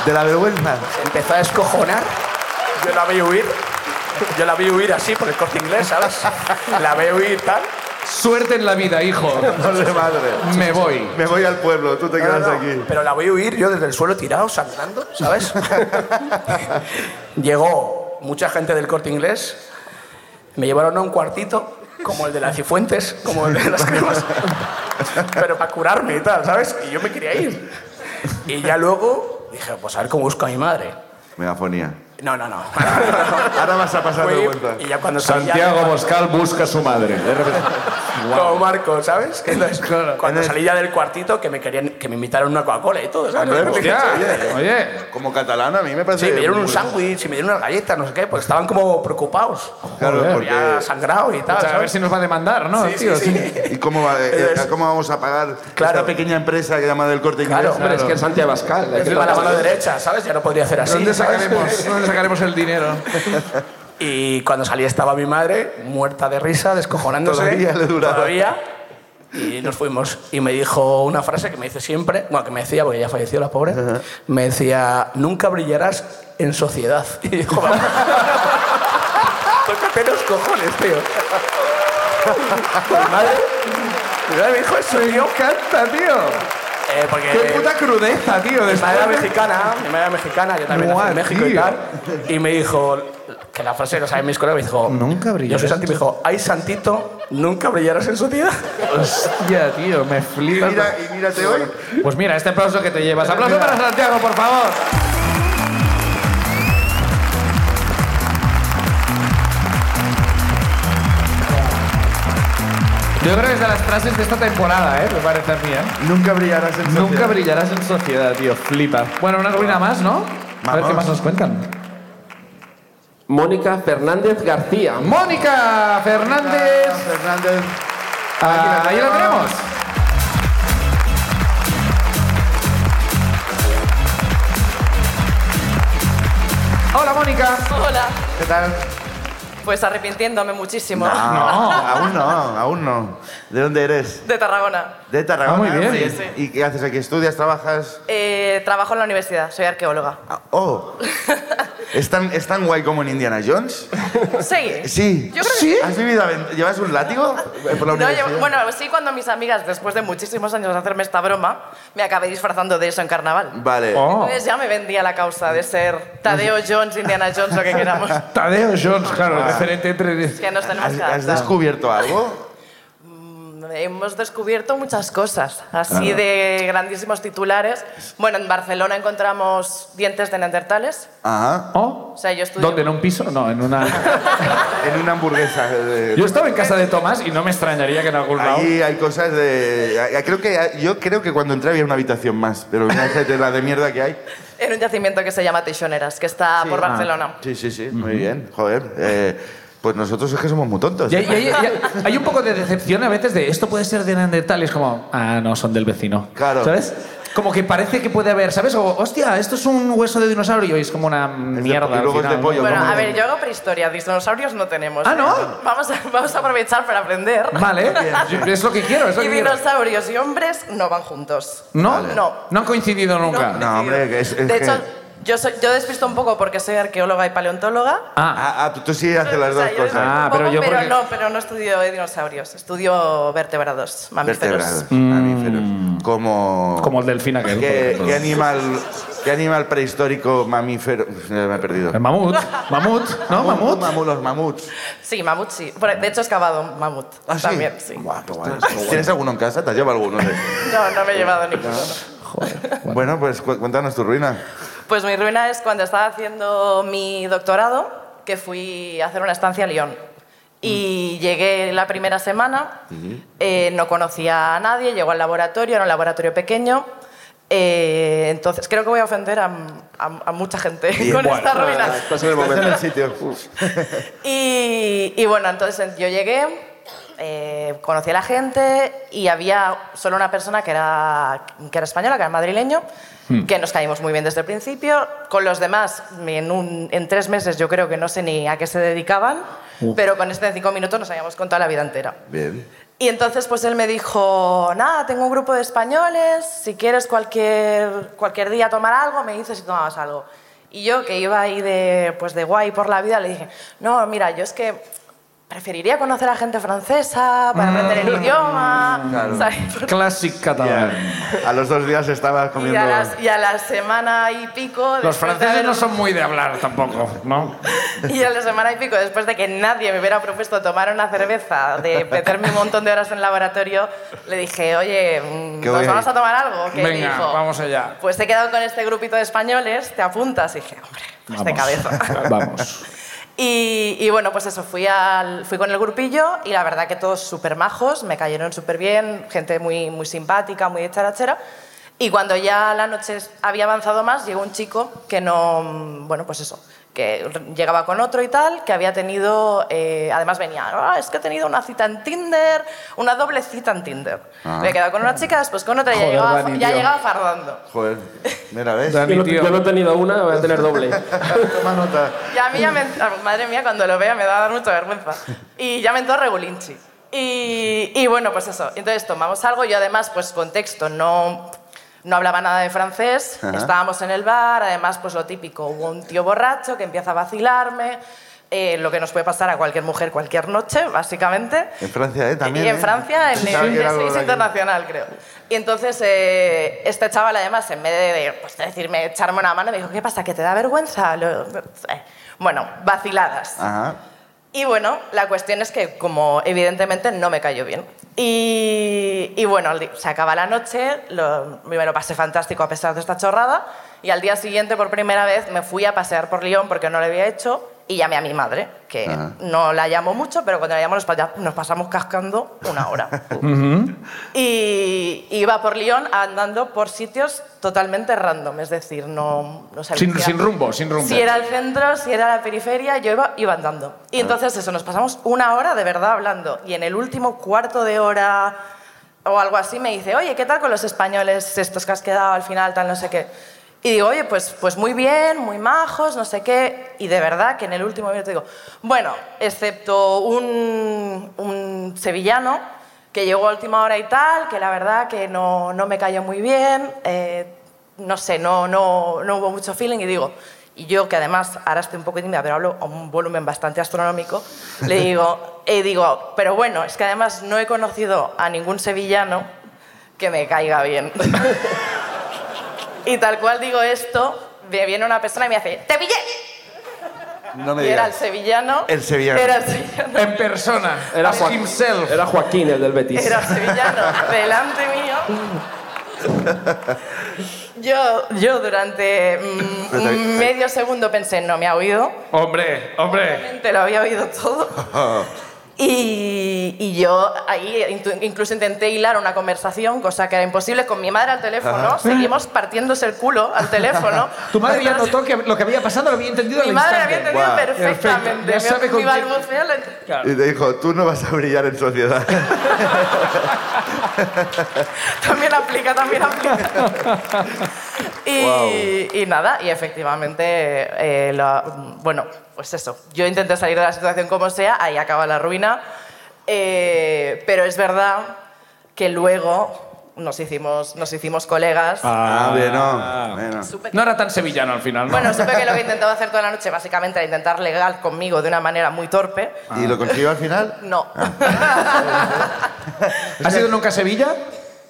Speaker 1: De la vergüenza.
Speaker 6: Se empezó a descojonar, yo la vi huir, yo la vi huir así por el corte inglés, ¿sabes? La veo huir tal.
Speaker 2: Suerte en la vida, hijo.
Speaker 1: No de madre.
Speaker 2: Me voy.
Speaker 1: Me voy al pueblo, tú te
Speaker 6: No, no,
Speaker 1: quedas
Speaker 6: no,
Speaker 1: aquí.
Speaker 6: Pero la voy a huir yo desde el suelo tirado, sangrando,
Speaker 1: (laughs)
Speaker 6: ¿sabes? Llegó mucha gente del corte inglés, me llevaron a un cuartito, como el de las cifuentes, como el de las cremas, pero para curarme y tal, ¿sabes? Y yo me quería ir. Y ya luego dije, pues a ver cómo busco a mi madre.
Speaker 1: Megafonía.
Speaker 6: No, no, no.
Speaker 1: (laughs) Ahora vas a pasar
Speaker 6: Fui,
Speaker 1: vergüenza.
Speaker 6: y ya cuando salí ya-
Speaker 7: Santiago Boscal busca a su madre. De repente.
Speaker 6: Como Marco, ¿sabes? Que entonces,
Speaker 2: Claro.
Speaker 6: cuando salí ya del cuartito, que me querían, que me invitaron una Coca-Cola y todo, ¿sabes?
Speaker 1: Hombre,
Speaker 2: Hostia,
Speaker 1: Oye.
Speaker 2: oye.
Speaker 1: Como catalán a mí me parece...
Speaker 6: Sí,
Speaker 2: Eh,
Speaker 6: me dieron un
Speaker 2: pues,
Speaker 1: muy-
Speaker 6: sándwich y me dieron unas galletas, no sé qué, pues estaban como preocupados.
Speaker 1: Claro,
Speaker 6: Joder,
Speaker 1: porque-
Speaker 6: Ya sangrado y tal.
Speaker 2: O sea, a ver
Speaker 6: ¿sabes?
Speaker 2: si nos va a demandar, ¿no?
Speaker 6: Sí, sí,
Speaker 2: tío?
Speaker 6: sí.
Speaker 1: ¿Y cómo, va- eh,
Speaker 6: Pero es-
Speaker 1: cómo vamos a pagar
Speaker 6: Claro.
Speaker 1: esta pequeña empresa que llama del corte inglés?
Speaker 6: Claro,
Speaker 3: Hombre, es que es Santiago Pascal. hay que
Speaker 6: Encima la mano
Speaker 3: tratarlo.
Speaker 6: derecha, ¿sabes? Ya no podría hacer así.
Speaker 2: ¿Dónde
Speaker 6: ¿sabes?
Speaker 2: sacaremos, ¿Dónde sacaremos el dinero?
Speaker 6: Y cuando salí estaba mi madre, muerta de risa, descojonándose.
Speaker 1: Todavía le duraba.
Speaker 6: Todavía. Y nos fuimos. Y me dijo una frase que me dice siempre, bueno, que me decía, porque ya falleció la pobre, me decía, nunca brillarás en sociedad. Y dijo,
Speaker 2: (laughs)
Speaker 6: vamos. Tócate los cojones, tío. mi madre, mi madre me dijo eso,
Speaker 2: Me
Speaker 6: tío.
Speaker 2: encanta, tío.
Speaker 6: Eh, porque
Speaker 2: Qué puta crudeza,
Speaker 6: mi
Speaker 2: tío.
Speaker 6: madre era
Speaker 2: Después de-
Speaker 6: mexicana, mi madre era mexicana, yo también nací
Speaker 2: Buah,
Speaker 6: en México y
Speaker 2: tío.
Speaker 6: tal. Y me dijo, que la frase que saben mis colegas, me dijo,
Speaker 2: Nunca
Speaker 6: Yo
Speaker 2: brillarás
Speaker 6: soy santi, y me dijo, ay santito, nunca brillarás en sociedad.
Speaker 2: Hostia, tío, me
Speaker 1: Y,
Speaker 2: flipas.
Speaker 1: mira, y mírate hoy.
Speaker 2: Pues mira, este aplauso que te llevas. ¡Aplauso para Santiago, por favor! Yo creo que es de las frases de esta temporada, ¿eh? Me parece a mí, ¿eh?
Speaker 1: Nunca brillarás en
Speaker 2: Nunca
Speaker 1: sociedad.
Speaker 2: brillarás en sociedad, tío. Flipa. Bueno, una ruina más, ¿no? A ver
Speaker 1: Vamos.
Speaker 2: qué más nos cuentan.
Speaker 3: Mónica Fernández García.
Speaker 2: ¡Mónica Fernández!
Speaker 1: Fernández.
Speaker 2: Ah, ahí la tenemos. Hola, Mónica.
Speaker 8: Hola.
Speaker 1: ¿Qué tal?
Speaker 8: Pues arrepintiéndome muchísimo.
Speaker 1: No, aún no, aún no. ¿De dónde eres?
Speaker 8: De Tarragona.
Speaker 1: De Tarragona.
Speaker 2: Ah, muy bien.
Speaker 1: oye.
Speaker 8: Sí, sí.
Speaker 1: ¿Y qué haces aquí? ¿Estudias? ¿Trabajas?
Speaker 8: Eh, trabajo en la universidad, soy arqueóloga.
Speaker 1: Ah, Oh. (laughs) ¿Es tan, ¿Es tan guay como en Indiana Jones?
Speaker 8: (laughs) Sí.
Speaker 1: Sí.
Speaker 8: Yo creo que
Speaker 1: ¿Sí? ¿Has vivido aven- ¿Llevas
Speaker 8: (laughs)
Speaker 1: un látigo eh, por
Speaker 8: No,
Speaker 1: la universidad?
Speaker 8: yo- bueno, sí, cuando mis amigas, después de muchísimos años de hacerme esta broma, me acabé disfrazando de eso en carnaval.
Speaker 1: Vale.
Speaker 2: Oh.
Speaker 8: Entonces ya me vendía la causa de ser Tadeo Jones, Indiana Jones, lo que
Speaker 1: (laughs)
Speaker 8: queramos.
Speaker 2: Tadeo Jones, claro, referente entre...
Speaker 8: Es que nos tenemos
Speaker 1: ¿Has,
Speaker 8: que
Speaker 1: has
Speaker 8: adaptar.
Speaker 1: descubierto algo?
Speaker 8: Mm, Hemos descubierto muchas cosas, así de grandísimos titulares. Bueno, en Barcelona encontramos dientes de neandertales.
Speaker 1: Ajá.
Speaker 2: Oh.
Speaker 8: O sea, yo estudio...
Speaker 2: ¿Dónde? ¿En un piso? No, en una...
Speaker 1: En una hamburguesa. eh,
Speaker 2: Yo estaba en casa de Tomás y no me extrañaría que en algún lado...
Speaker 1: Ahí hay cosas de. a- a- Creo que, yo creo que cuando entré había una habitación más,
Speaker 8: (laughs)
Speaker 1: pero una de la de mierda que hay.
Speaker 8: En un yacimiento que se llama Teixoneras, que está por Barcelona.
Speaker 1: Sí, Ah. sí, sí, muy bien. Joder. eh, pues nosotros es que somos muy tontos.
Speaker 2: Y hay, y hay- y hay- hay un poco de decepción a veces de esto puede ser de Neandertal y es como, ah, no, son del vecino.
Speaker 1: Claro.
Speaker 2: ¿Sabes? Como que parece que puede haber, ¿sabes? O, hostia, esto es un hueso de dinosaurio y es como una
Speaker 1: Es de-
Speaker 2: mierda.
Speaker 1: ¿eh? Y
Speaker 2: al
Speaker 1: luego es de
Speaker 2: final, ¿no?
Speaker 1: pollo.
Speaker 8: Bueno,
Speaker 1: ¿cómo?
Speaker 8: a ver, yo hago prehistoria, dinosaurios no tenemos. ¿eh?
Speaker 2: Ah, ¿no?
Speaker 8: Vamos a, vamos a aprovechar para aprender.
Speaker 2: Vale, yo- es lo que quiero, es lo
Speaker 8: Y
Speaker 2: que quiero.
Speaker 8: dinosaurios y hombres no van juntos.
Speaker 2: ¿No?
Speaker 8: No.
Speaker 2: No han coincidido nunca.
Speaker 1: No. hombre, que es-
Speaker 8: de
Speaker 1: es que-
Speaker 8: hecho, yo, soy, yo despisto un poco porque soy arqueóloga y paleontóloga.
Speaker 2: Ah,
Speaker 1: Ah, ah, tú- tú sí haces las
Speaker 8: O sea,
Speaker 1: dos
Speaker 8: yo
Speaker 1: cosas.
Speaker 8: despisto un
Speaker 2: Ah, pero
Speaker 8: poco,
Speaker 2: yo porque-
Speaker 8: no, pero no estudio dinosaurios, estudio vertebrados, mamíferos.
Speaker 1: Vertebrados, mamíferos. Como.
Speaker 2: Mm. como el delfín aquel. por
Speaker 1: ¿Qué,
Speaker 2: ejemplo.
Speaker 1: qué animal, ¿Qué animal prehistórico mamífero? Ya Me he perdido.
Speaker 2: El mamut. Mamut, ¿no? Mamut.
Speaker 1: Mamut, los mamuts.
Speaker 8: Sí, mamut sí. Por- De hecho, he excavado un mamut
Speaker 1: Ah, ¿sí?
Speaker 8: también, sí.
Speaker 1: Guau, qué guay. ¿Tienes alguno en casa? ¿Te has llevado alguno?
Speaker 8: No, no me he llevado ninguno.
Speaker 1: Bueno, pues cu- cuéntanos tu ruina.
Speaker 8: Pues mi ruina es cuando estaba haciendo mi doctorado, que fui a hacer una estancia a Lyon. Y llegué la primera semana, eh, no conocía a nadie, llegó al laboratorio, era un laboratorio pequeño. eh, entonces, creo que voy a ofender a, a- a mucha gente con esta
Speaker 1: (laughs)
Speaker 8: ruina.
Speaker 3: Estás en el
Speaker 1: Estás
Speaker 3: momento.
Speaker 1: en el sitio.
Speaker 8: (laughs) Y, y bueno, entonces yo llegué, eh, conocí a la gente y había solo una persona que era, que era española, que era madrileño, que nos caímos muy bien desde el principio. Con los demás, en, un- en tres meses yo creo que no sé ni a qué se dedicaban, pero con este de cinco minutos nos habíamos contado la vida entera.
Speaker 1: Bien.
Speaker 8: Y entonces pues él me dijo, nada, tengo un grupo de españoles, si quieres cualquier, cualquier día tomar algo, me dices si tomabas algo. Y yo, que iba ahí de, pues de guay por la vida, le dije, no, mira, yo es que preferiría conocer a gente francesa para
Speaker 2: Mm.
Speaker 8: aprender
Speaker 2: (laughs)
Speaker 8: el idioma, ¿sabes? (laughs)
Speaker 2: Clásico catalán.
Speaker 1: A los dos días
Speaker 8: Y
Speaker 1: estabas comiendo.
Speaker 8: a, las- y a la semana y pico...
Speaker 2: Los
Speaker 8: después de
Speaker 2: franceses
Speaker 8: haber-
Speaker 2: no son muy de hablar tampoco, ¿no?
Speaker 8: (laughs) Y a la semana y pico, después de que nadie me hubiera propuesto tomar una cerveza, de meterme un montón de horas en laboratorio, le dije, oye, mm,
Speaker 1: ¿Qué voy
Speaker 8: ¿nos
Speaker 1: a
Speaker 8: vamos
Speaker 1: ir?
Speaker 8: a tomar algo? Que
Speaker 2: Venga,
Speaker 8: dijo,
Speaker 2: vamos allá.
Speaker 8: Pues he quedado con este grupito de españoles, te apuntas. Y dije, hombre, pues de
Speaker 9: (laughs)
Speaker 8: cabeza.
Speaker 2: Vamos.
Speaker 8: Y, y bueno, pues eso, fui, al, fui con el grupillo y la verdad que todos súper majos, me cayeron súper bien, gente muy, muy simpática, muy echarachera. Y cuando ya la noche había avanzado más, llegó un chico que no, bueno, pues eso, que llegaba con otro y tal, que había tenido, eh, además venía, "Ah, es que he tenido una cita en Tinder, una doble cita en Tinder. Me he quedado con una chica, después con otra, y ya,
Speaker 2: Joder,
Speaker 8: llegaba,
Speaker 2: Dani,
Speaker 8: ya
Speaker 2: tío.
Speaker 8: llegaba fardando.
Speaker 1: Joder. Mira, ¿ves?
Speaker 2: Dani.
Speaker 3: Yo no,
Speaker 2: tío.
Speaker 3: yo no he tenido una, voy a tener doble.
Speaker 1: Toma nota.
Speaker 8: Y a mí ya me... ah, Madre mía, cuando lo vea me da mucha vergüenza. Y ya me entró regulinchi. Y, y bueno, pues eso. Entonces tomamos algo. Yo además, pues contexto, no, no hablaba nada de francés.
Speaker 1: Ajá.
Speaker 8: Estábamos en el bar. Además, pues lo típico. Hubo un tío borracho que empieza a vacilarme. eh, lo que nos puede pasar a cualquier mujer cualquier noche, básicamente.
Speaker 1: En Francia, ¿eh? También.
Speaker 8: Y en
Speaker 1: ¿eh?
Speaker 8: Francia, en,
Speaker 1: Pensaba
Speaker 8: en-
Speaker 1: que era
Speaker 8: es
Speaker 1: algo de aquí.
Speaker 8: internacional, creo. Y entonces, eh, este chaval, además, en vez de, de, pues, de decirme, echarme una mano, me dijo, ¿qué pasa, que te da vergüenza? Lo- eh, Bueno, vaciladas.
Speaker 1: Ajá.
Speaker 8: Y bueno, la cuestión es que, como evidentemente, no me cayó bien. Y, y bueno, al di- se acaba la noche, lo, me lo pasé fantástico a pesar de esta chorrada, y al día siguiente, por primera vez, me fui a pasear por Lyon porque no lo había hecho, y llamé a mi madre, que
Speaker 1: Ajá.
Speaker 8: no la llamo mucho, pero cuando la llamo nos, pa- nos pasamos cascando una hora. y iba por Lyon andando por sitios totalmente random, es decir, no, no sabía
Speaker 2: Sin,
Speaker 8: qué
Speaker 2: sin
Speaker 8: hacer.
Speaker 2: rumbo, sin rumbo.
Speaker 8: Si era el centro, si era la periferia, yo iba, iba andando. Y entonces eso, nos pasamos una hora de verdad hablando. Y en el último cuarto de hora o algo así me dice, oye, ¿qué tal con los españoles estos que has quedado al final, tal, no sé qué? Y digo, oye, pues, pues muy bien, muy majos, no sé qué. Y de verdad que en el último minuto digo, bueno, excepto un, un sevillano que llegó a última hora y tal, que la verdad que no, no me cayó muy bien, eh, no sé, no, no, no hubo mucho feeling. Y digo, y yo que además ahora estoy un poco tímida, pero hablo a un volumen bastante astronómico,
Speaker 1: (laughs)
Speaker 8: le digo, eh, digo, pero bueno, es que además no he conocido a ningún sevillano que me caiga bien. (laughs) Y tal cual digo esto, me viene una persona y me hace, ¡Te pillé!
Speaker 1: No me
Speaker 8: Y era el
Speaker 1: digas.
Speaker 8: sevillano.
Speaker 1: El sevillano.
Speaker 8: Era el sevillano.
Speaker 2: En persona.
Speaker 3: Era
Speaker 2: as
Speaker 3: Joaquín.
Speaker 2: himself.
Speaker 3: Era Joaquín, el del Betis.
Speaker 8: Era el sevillano delante mío. Yo, yo durante mm,
Speaker 1: Pero te-
Speaker 8: un medio segundo pensé, no me ha oído.
Speaker 2: Hombre, hombre.
Speaker 8: Te lo había oído todo. Y, y yo ahí intu- incluso intenté hilar una conversación, cosa que era imposible, con mi madre al teléfono. Seguimos partiéndose el culo al teléfono.
Speaker 2: Tu madre ya
Speaker 8: Nosotros-
Speaker 2: notó que lo que había pasado lo había entendido al
Speaker 8: Mi madre había
Speaker 2: instante.
Speaker 8: entendido
Speaker 1: Guau.
Speaker 8: perfectamente.
Speaker 2: Perfecto. Ya sabe
Speaker 8: mi,
Speaker 2: con
Speaker 8: mi
Speaker 2: quién-
Speaker 8: balbuceo lo ent-
Speaker 1: Y te dijo, tú no vas a brillar en sociedad.
Speaker 8: también aplica, también aplica.
Speaker 1: (laughs)
Speaker 8: y, y nada, y efectivamente, eh, lo- bueno, pues eso. Yo intenté salir de la situación como sea, ahí acaba la ruina. Eh, pero es verdad que luego nos hicimos, nos hicimos colegas.
Speaker 1: Ah, bueno. bueno.
Speaker 8: Supe que-
Speaker 2: No era tan sevillano al final, ¿no?
Speaker 8: bueno, supe que lo que intentaba hacer toda la noche básicamente era intentar legal conmigo de una manera muy torpe.
Speaker 1: ¿Y lo consiguió al final? (laughs)
Speaker 8: No.
Speaker 2: ¿Has ido nunca a Sevilla?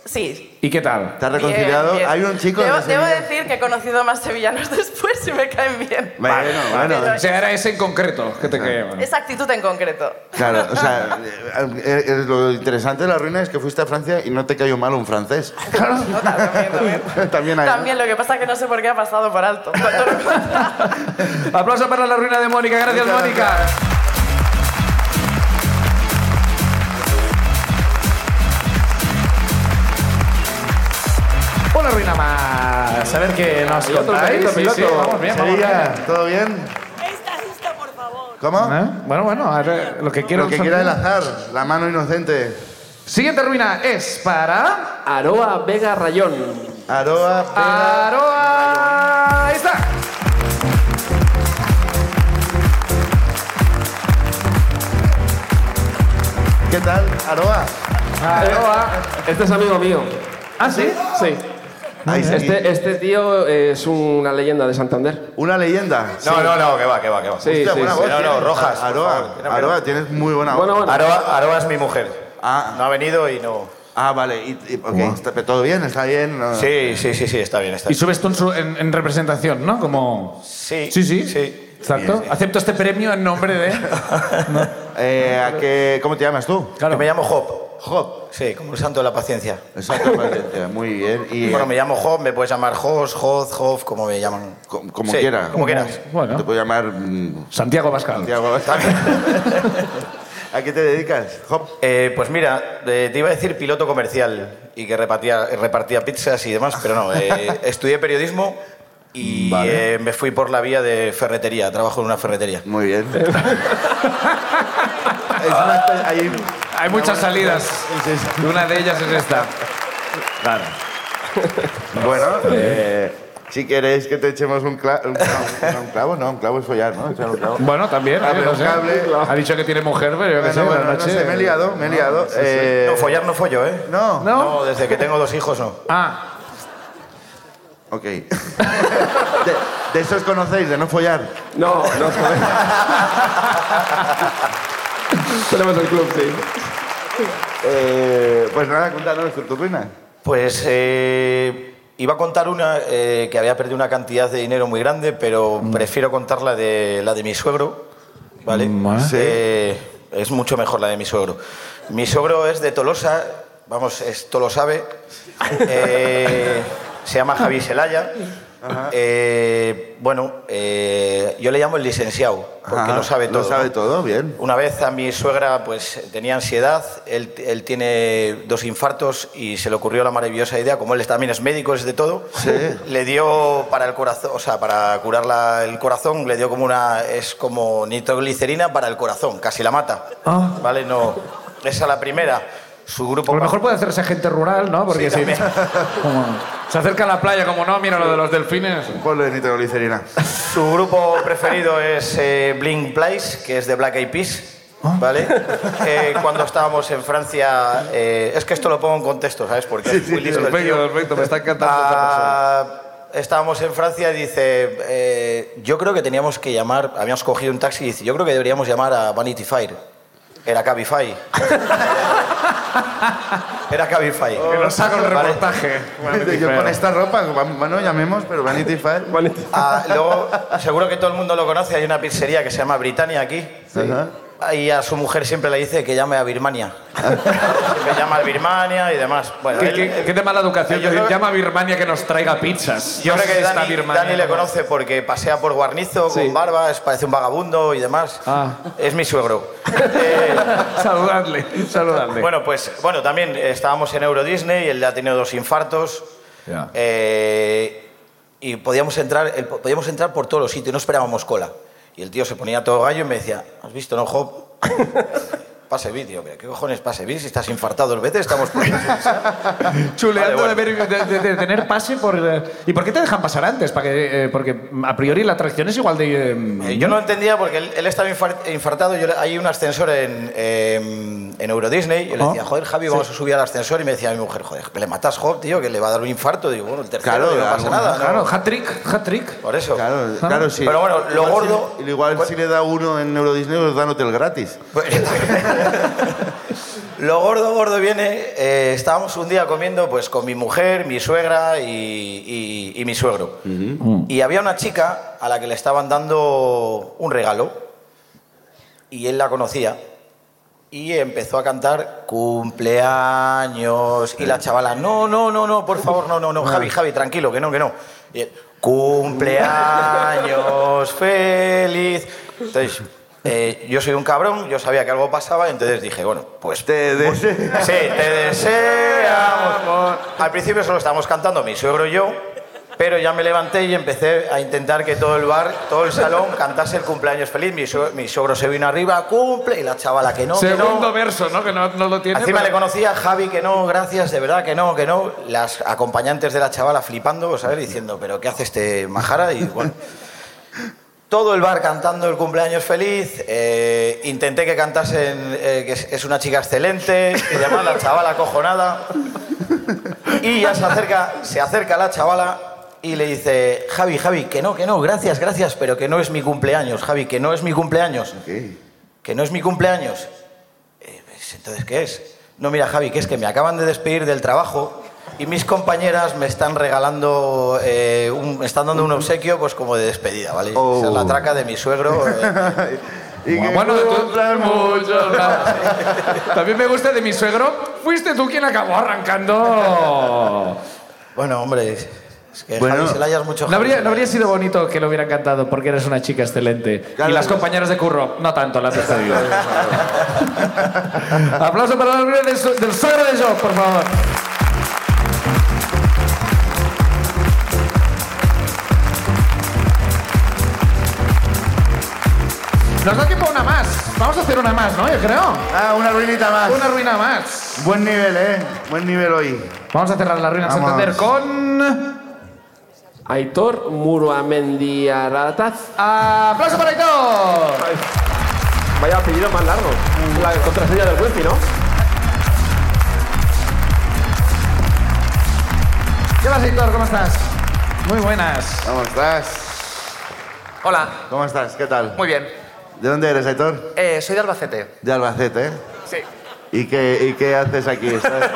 Speaker 8: sí,
Speaker 2: ¿Y qué tal?
Speaker 1: ¿Te has
Speaker 8: Bien,
Speaker 1: reconciliado?
Speaker 8: bien.
Speaker 1: Hay un chico
Speaker 8: Debo,
Speaker 1: de
Speaker 8: debo
Speaker 1: Sevilla.
Speaker 8: decir que he conocido más sevillanos (laughs) después y me caen bien.
Speaker 1: Bueno, bueno.
Speaker 8: Pero
Speaker 2: O sea, era ese en concreto que te quedé. bueno.
Speaker 8: Esa actitud en concreto.
Speaker 1: Claro,
Speaker 8: (laughs)
Speaker 1: o sea, eh, eh, eh, lo interesante de la ruina es que fuiste a Francia y no te cayó mal
Speaker 8: (laughs)
Speaker 1: un francés. (laughs) Claro.
Speaker 8: No, también, también.
Speaker 1: También hay. ¿no?
Speaker 8: También, lo que pasa es que no sé por qué ha pasado por alto.
Speaker 2: Aplauso para la ruina de Mónica. Gracias,
Speaker 1: Muchas
Speaker 2: Mónica. Una ruina más. A ver qué nos
Speaker 3: Piloto,
Speaker 2: contáis.
Speaker 3: piloto,
Speaker 2: Sí,
Speaker 3: piloto.
Speaker 2: sí, vamos bien, vamos bien.
Speaker 1: Sevilla, ¿todo bien? ¿Cómo?
Speaker 2: ¿Eh? Bueno, bueno, a ver, lo que quiero.
Speaker 1: Lo que quiera el azar, la mano inocente.
Speaker 2: Siguiente ruina es para.
Speaker 3: Aroa Vega Rayón.
Speaker 1: Aroa,
Speaker 8: Ah.
Speaker 1: pega.
Speaker 2: Aroa. Ahí está.
Speaker 1: ¿Qué tal, Aroa?
Speaker 2: Aroa.
Speaker 3: Este es amigo mío.
Speaker 2: ¿Ah, sí?
Speaker 3: Sí.
Speaker 1: Ahí sí.
Speaker 3: Este, este tío es una leyenda de Santander.
Speaker 1: Una leyenda.
Speaker 7: No, no, no, que va, que va, que va.
Speaker 3: Sí,
Speaker 1: Hostia,
Speaker 3: sí,
Speaker 1: buena
Speaker 3: sí.
Speaker 1: voz
Speaker 7: No, no,
Speaker 1: tienes.
Speaker 7: Rojas, por
Speaker 1: Aroa,
Speaker 7: favor, que no, que
Speaker 1: Aroa, tienes muy buena voz.
Speaker 3: Bueno, bueno.
Speaker 7: Aroa, Aroa es mi mujer.
Speaker 1: Ah.
Speaker 7: No ha venido y no.
Speaker 1: Ah, vale. Y, y- ok, está- pero ¿Todo bien? ¿Está bien? No-
Speaker 7: Sí, sí, sí, sí, está bien, está
Speaker 2: Y
Speaker 7: bien.
Speaker 2: subes tú en, su- en- en representación, ¿no? Como.
Speaker 7: Sí,
Speaker 2: Sí, sí.
Speaker 7: sí.
Speaker 2: Exacto.
Speaker 7: Sí, sí.
Speaker 2: Acepto este premio en nombre
Speaker 1: (laughs)
Speaker 2: de.
Speaker 1: Eh, ¿a qué- ¿Cómo te llamas tú?
Speaker 7: Yo me llamo Job.
Speaker 1: Job.
Speaker 7: Sí, como el santo de la paciencia.
Speaker 1: Exacto, Valencia, muy bien. Y,
Speaker 7: Bueno,
Speaker 1: eh,
Speaker 7: me llamo Job, me puedes llamar Jos, Joz, Job, como me llaman.
Speaker 1: co- como
Speaker 7: Sí,
Speaker 1: quieras.
Speaker 7: Como quieras.
Speaker 1: Te
Speaker 2: Bueno.
Speaker 1: puedo llamar mm,
Speaker 2: Santiago Pascal.
Speaker 1: Santiago. ¿A qué te dedicas, Job?
Speaker 7: Eh, pues mira, eh, te iba a decir piloto comercial y que repartía, repartía pizzas y demás, pero no.
Speaker 1: (laughs)
Speaker 7: eh, estudié periodismo y eh, me fui por la vía de ferretería. Trabajo en una ferretería.
Speaker 1: Muy bien. Es una espe- hay-
Speaker 2: Hay muchas salidas. Una de ellas es esta.
Speaker 1: bueno, eh, si queréis que te echemos un clavo. un clavo, no, un clavo es follar, ¿no? Echar un clavo.
Speaker 2: Bueno, también.
Speaker 1: Ah,
Speaker 2: oye,
Speaker 1: pero
Speaker 2: no sé.
Speaker 1: cable.
Speaker 2: Ha dicho que tiene mujer, pero yo qué sé.
Speaker 1: Bueno, bueno,
Speaker 2: buenas
Speaker 1: no
Speaker 2: noches.
Speaker 1: sé, me he liado, me he liado. Eh,
Speaker 7: No, follar no follo, ¿eh?
Speaker 1: no.
Speaker 2: ¿No?
Speaker 7: desde que tengo dos hijos no.
Speaker 2: Ah,
Speaker 1: Ok. (laughs) de, de esos conocéis, de no follar.
Speaker 3: No, no sabemos. (laughs) Tenemos el club, sí.
Speaker 1: Eh, pues nada, cuéntanos tu tu ruina.
Speaker 7: Pues eh, iba a contar una eh, que había perdido una cantidad de dinero muy grande, pero prefiero contar la de, la de mi suegro, ¿vale?
Speaker 1: Sí.
Speaker 7: Eh, es mucho mejor la de mi suegro. Mi suegro es de Tolosa, vamos, esto lo sabe. Eh, se llama Javi Selaya. Eh, bueno, eh, yo le llamo el licenciado, porque
Speaker 1: Ajá,
Speaker 7: lo sabe todo.
Speaker 1: Ah, Lo sabe
Speaker 7: ¿no?
Speaker 1: todo, bien.
Speaker 7: Una vez a mi suegra pues tenía ansiedad, él, él tiene dos infartos y se le ocurrió la maravillosa idea, como él también es médico, es de todo, le dio para el corazón, o sea, para curar la- el corazón, le dio como una, es como nitroglicerina para el corazón, casi la mata.
Speaker 2: Ah.
Speaker 7: ¿Vale? No, esa la primera. Su
Speaker 2: a
Speaker 7: grupo...
Speaker 2: lo mejor puede hacerse gente rural, ¿no? Porque
Speaker 7: Sí,
Speaker 2: sí.
Speaker 7: también.
Speaker 2: (laughs) Como- Se acerca a la playa, como no, mira lo de los delfines.
Speaker 1: Ponle (laughs) nitroglicerina.
Speaker 7: Su grupo preferido es eh, Blink Place, que es de Black Eyed Peas. ¿Vale? Eh, cuando estábamos en Francia, eh, es que esto lo pongo en contexto, ¿sabes? Porque es muy listo el tío.
Speaker 2: Perfecto, perfecto, me está encantando esta persona.
Speaker 7: Ah, estábamos en Francia y dice, eh, yo creo que teníamos que llamar, habíamos cogido un taxi y dice, yo creo que deberíamos llamar a Vanity Fair. Era Cabify.
Speaker 2: (laughs)
Speaker 7: Era Cabify.
Speaker 2: Que nos haga un reportaje.
Speaker 1: (laughs) Yo con esta ropa, bueno, llamemos, pero Vanity Fair.
Speaker 7: Ah, luego, seguro que todo el mundo lo conoce, hay una pizzería que se llama Britannia aquí.
Speaker 1: Ajá.
Speaker 7: Y a su mujer siempre le dice que llame a Birmania. (laughs) siempre llama a Birmania y demás. Bueno,
Speaker 2: ¿Qué,
Speaker 7: él- eh,
Speaker 2: qué, qué de mala educación.
Speaker 7: Yo creo-
Speaker 2: Llama a Birmania que nos traiga pizzas.
Speaker 7: Yo
Speaker 2: No
Speaker 7: creo
Speaker 2: sé
Speaker 7: que
Speaker 2: si está
Speaker 7: Dani,
Speaker 2: Birmania.
Speaker 7: Dani le conoce porque pasea por Guarnizo con barba, es- parece un vagabundo y demás.
Speaker 2: Ah.
Speaker 7: Es mi suegro. Eh,
Speaker 2: Saludadle, saludadle.
Speaker 7: bueno, pues bueno, también estábamos en Euro Disney, él ha tenido dos infartos.
Speaker 2: Ya.
Speaker 7: eh, y podíamos entrar, el- podíamos entrar por todos los sitios, no esperábamos cola. Y el tío se ponía todo gallo y me decía, ¿has visto, no, Job? (laughs) Pase vídeo, ¿qué cojones pase vídeo? Si estás infartado dos veces, estamos por
Speaker 2: Chuleando
Speaker 7: Vale,
Speaker 2: de, ver- de- de- de tener pase por. eh, ¿Y por qué te dejan pasar antes? Para que, eh, porque a priori la atracción es igual de. eh,
Speaker 7: Eh, Yo no entendía porque él, él estaba infar- infartado. Yo le- hay un ascensor en, eh, en Euro Disney. Yo le
Speaker 2: Ah.
Speaker 7: decía, joder, Javi, vamos a subir al ascensor. Y me decía mi mujer, joder, que le matas Job, tío, que le va a dar un infarto. Digo, bueno, el tercero
Speaker 1: Claro,
Speaker 7: digo, no pasa
Speaker 1: alguna-
Speaker 7: nada. ¿no?
Speaker 2: Claro, hat trick, hat trick.
Speaker 7: Por eso.
Speaker 1: Claro, claro, sí.
Speaker 7: Pero bueno, lo
Speaker 1: Igual
Speaker 7: gordo-
Speaker 1: si- igual si le da uno en Euro Disney, os dan hotel gratis.
Speaker 7: Lo gordo, gordo viene. eh, estábamos un día comiendo pues con mi mujer, mi suegra y, y- y mi suegro. Y había una chica a la que le estaban dando un regalo y él la conocía. Y empezó a cantar cumpleaños. Y la chavala, no, no, no, no, por favor, no, no, no, Javi, Javi, tranquilo, que no, que no. Y él, cumpleaños feliz. Entonces, eh, yo soy un cabrón, yo sabía que algo pasaba, entonces dije, bueno, pues
Speaker 1: Te de-
Speaker 7: Sí, te deseamos. Al principio solo estábamos cantando mi suegro y yo, pero ya me levanté y empecé a intentar que todo el bar, todo el salón cantase el cumpleaños feliz. Mi suegro, mi suegro se vino arriba, cumple, y la chavala que no. que no.
Speaker 2: Segundo verso, ¿no? Que no, no lo tiene.
Speaker 7: Encima
Speaker 2: pero-
Speaker 7: le conocía Javi que no, gracias, de verdad que no, que no. Las acompañantes de la chavala flipando, ¿sabes? Diciendo, ¿pero qué hace este majara? Y bueno. Todo el bar cantando el cumpleaños feliz. eh, intenté que cantasen eh, que es, es una chica excelente, que llamaba a la chavala acojonada. Y ya se acerca, se acerca la chavala y le dice, Javi, Javi, que no, que no, gracias, gracias, pero que no es mi cumpleaños, Javi, que no es mi cumpleaños que no es mi cumpleaños. Eh, pues, Entonces, ¿qué es? No, mira, Javi, que es que me acaban de despedir del trabajo y mis compañeras me están regalando, eh, un- me están dando un obsequio, pues como de despedida, ¿vale?
Speaker 1: Oh.
Speaker 7: Esa es la traca de mi suegro.
Speaker 9: (laughs)
Speaker 7: eh.
Speaker 1: Y que
Speaker 2: Bueno, de tu-
Speaker 1: compras
Speaker 2: mucho, no. También me gusta de mi suegro. Fuiste tú quien acabó arrancando.
Speaker 7: Bueno, hombre, es que
Speaker 1: Bueno.
Speaker 7: Javi, se la hayas mucho.
Speaker 2: No habría,
Speaker 7: Javi. eh.
Speaker 2: no habría sido bonito que lo hubieran cantado porque eres una chica excelente.
Speaker 1: Claro.
Speaker 2: y las compañeras de curro, no tanto, las
Speaker 1: (laughs)
Speaker 2: despedido. Aplauso para la del, su- del suegro de Job, por favor. Nos da tiempo a una más. Vamos a hacer una más, ¿no? Yo creo.
Speaker 1: Ah, una ruinita más.
Speaker 2: Una ruina más.
Speaker 1: Buen nivel, ¿eh? Buen nivel hoy.
Speaker 2: Vamos a cerrar la ruina en
Speaker 1: Vamos.
Speaker 2: Santander con.
Speaker 3: Aitor Muruamendi Arataz.
Speaker 2: ¡Aplauso para Aitor!
Speaker 3: Vaya apellido más largo. La contraseña del wifi, ¿no?
Speaker 2: ¿Qué vas, Aitor? ¿Cómo estás? Muy buenas.
Speaker 1: ¿Cómo estás?
Speaker 9: Hola,
Speaker 1: ¿Cómo estás? ¿Qué tal?
Speaker 9: muy bien.
Speaker 1: ¿De dónde eres, Aitor?
Speaker 9: Eh, soy de Albacete.
Speaker 1: De Albacete, ¿eh?
Speaker 9: Sí.
Speaker 1: ¿Y qué, y qué haces aquí? ¿Estás-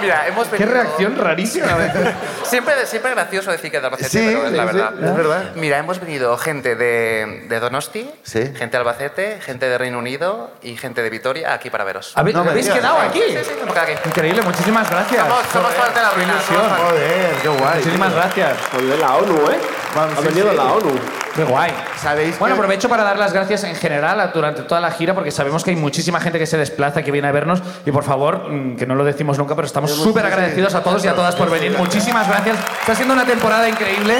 Speaker 9: Mira, hemos
Speaker 2: Qué
Speaker 9: venido...
Speaker 2: reacción rarísima. ¿eh?
Speaker 9: Siempre, siempre gracioso decir que de Albacete,
Speaker 8: Este
Speaker 1: Sí,
Speaker 9: pero es la
Speaker 1: sí,
Speaker 9: verdad.
Speaker 1: sí, es verdad.
Speaker 9: Mira, hemos venido gente de, de Donosti,
Speaker 1: Sí.
Speaker 9: gente de Albacete, gente de Reino Unido y gente de Vitoria aquí para veros.
Speaker 2: ¿Habéis,
Speaker 1: No me
Speaker 2: habéis
Speaker 1: digas.
Speaker 2: quedado aquí?
Speaker 9: Sí, sí, sí, hemos quedado aquí.
Speaker 2: Increíble, muchísimas gracias.
Speaker 9: Somos, somos parte de la
Speaker 2: Qué
Speaker 9: ruina. somos
Speaker 2: ilusión.
Speaker 9: parte-
Speaker 1: Joder, qué guay.
Speaker 2: Muchísimas gracias.
Speaker 3: Joder, la ONU, ¿eh?
Speaker 1: Vamos,
Speaker 3: ha
Speaker 1: sí,
Speaker 3: venido
Speaker 1: sí.
Speaker 3: la ONU.
Speaker 2: Qué guay.
Speaker 1: ¿Sabéis
Speaker 2: Bueno,
Speaker 1: que-
Speaker 2: aprovecho para dar las gracias en general a- durante toda la gira porque sabemos que hay muchísima gente que se desplaza, que viene a vernos y por favor, mm, que no lo decimos nunca, pero estamos súper agradecidos a todos y a todas por venir. Muchísimas gracias. Está siendo una temporada increíble,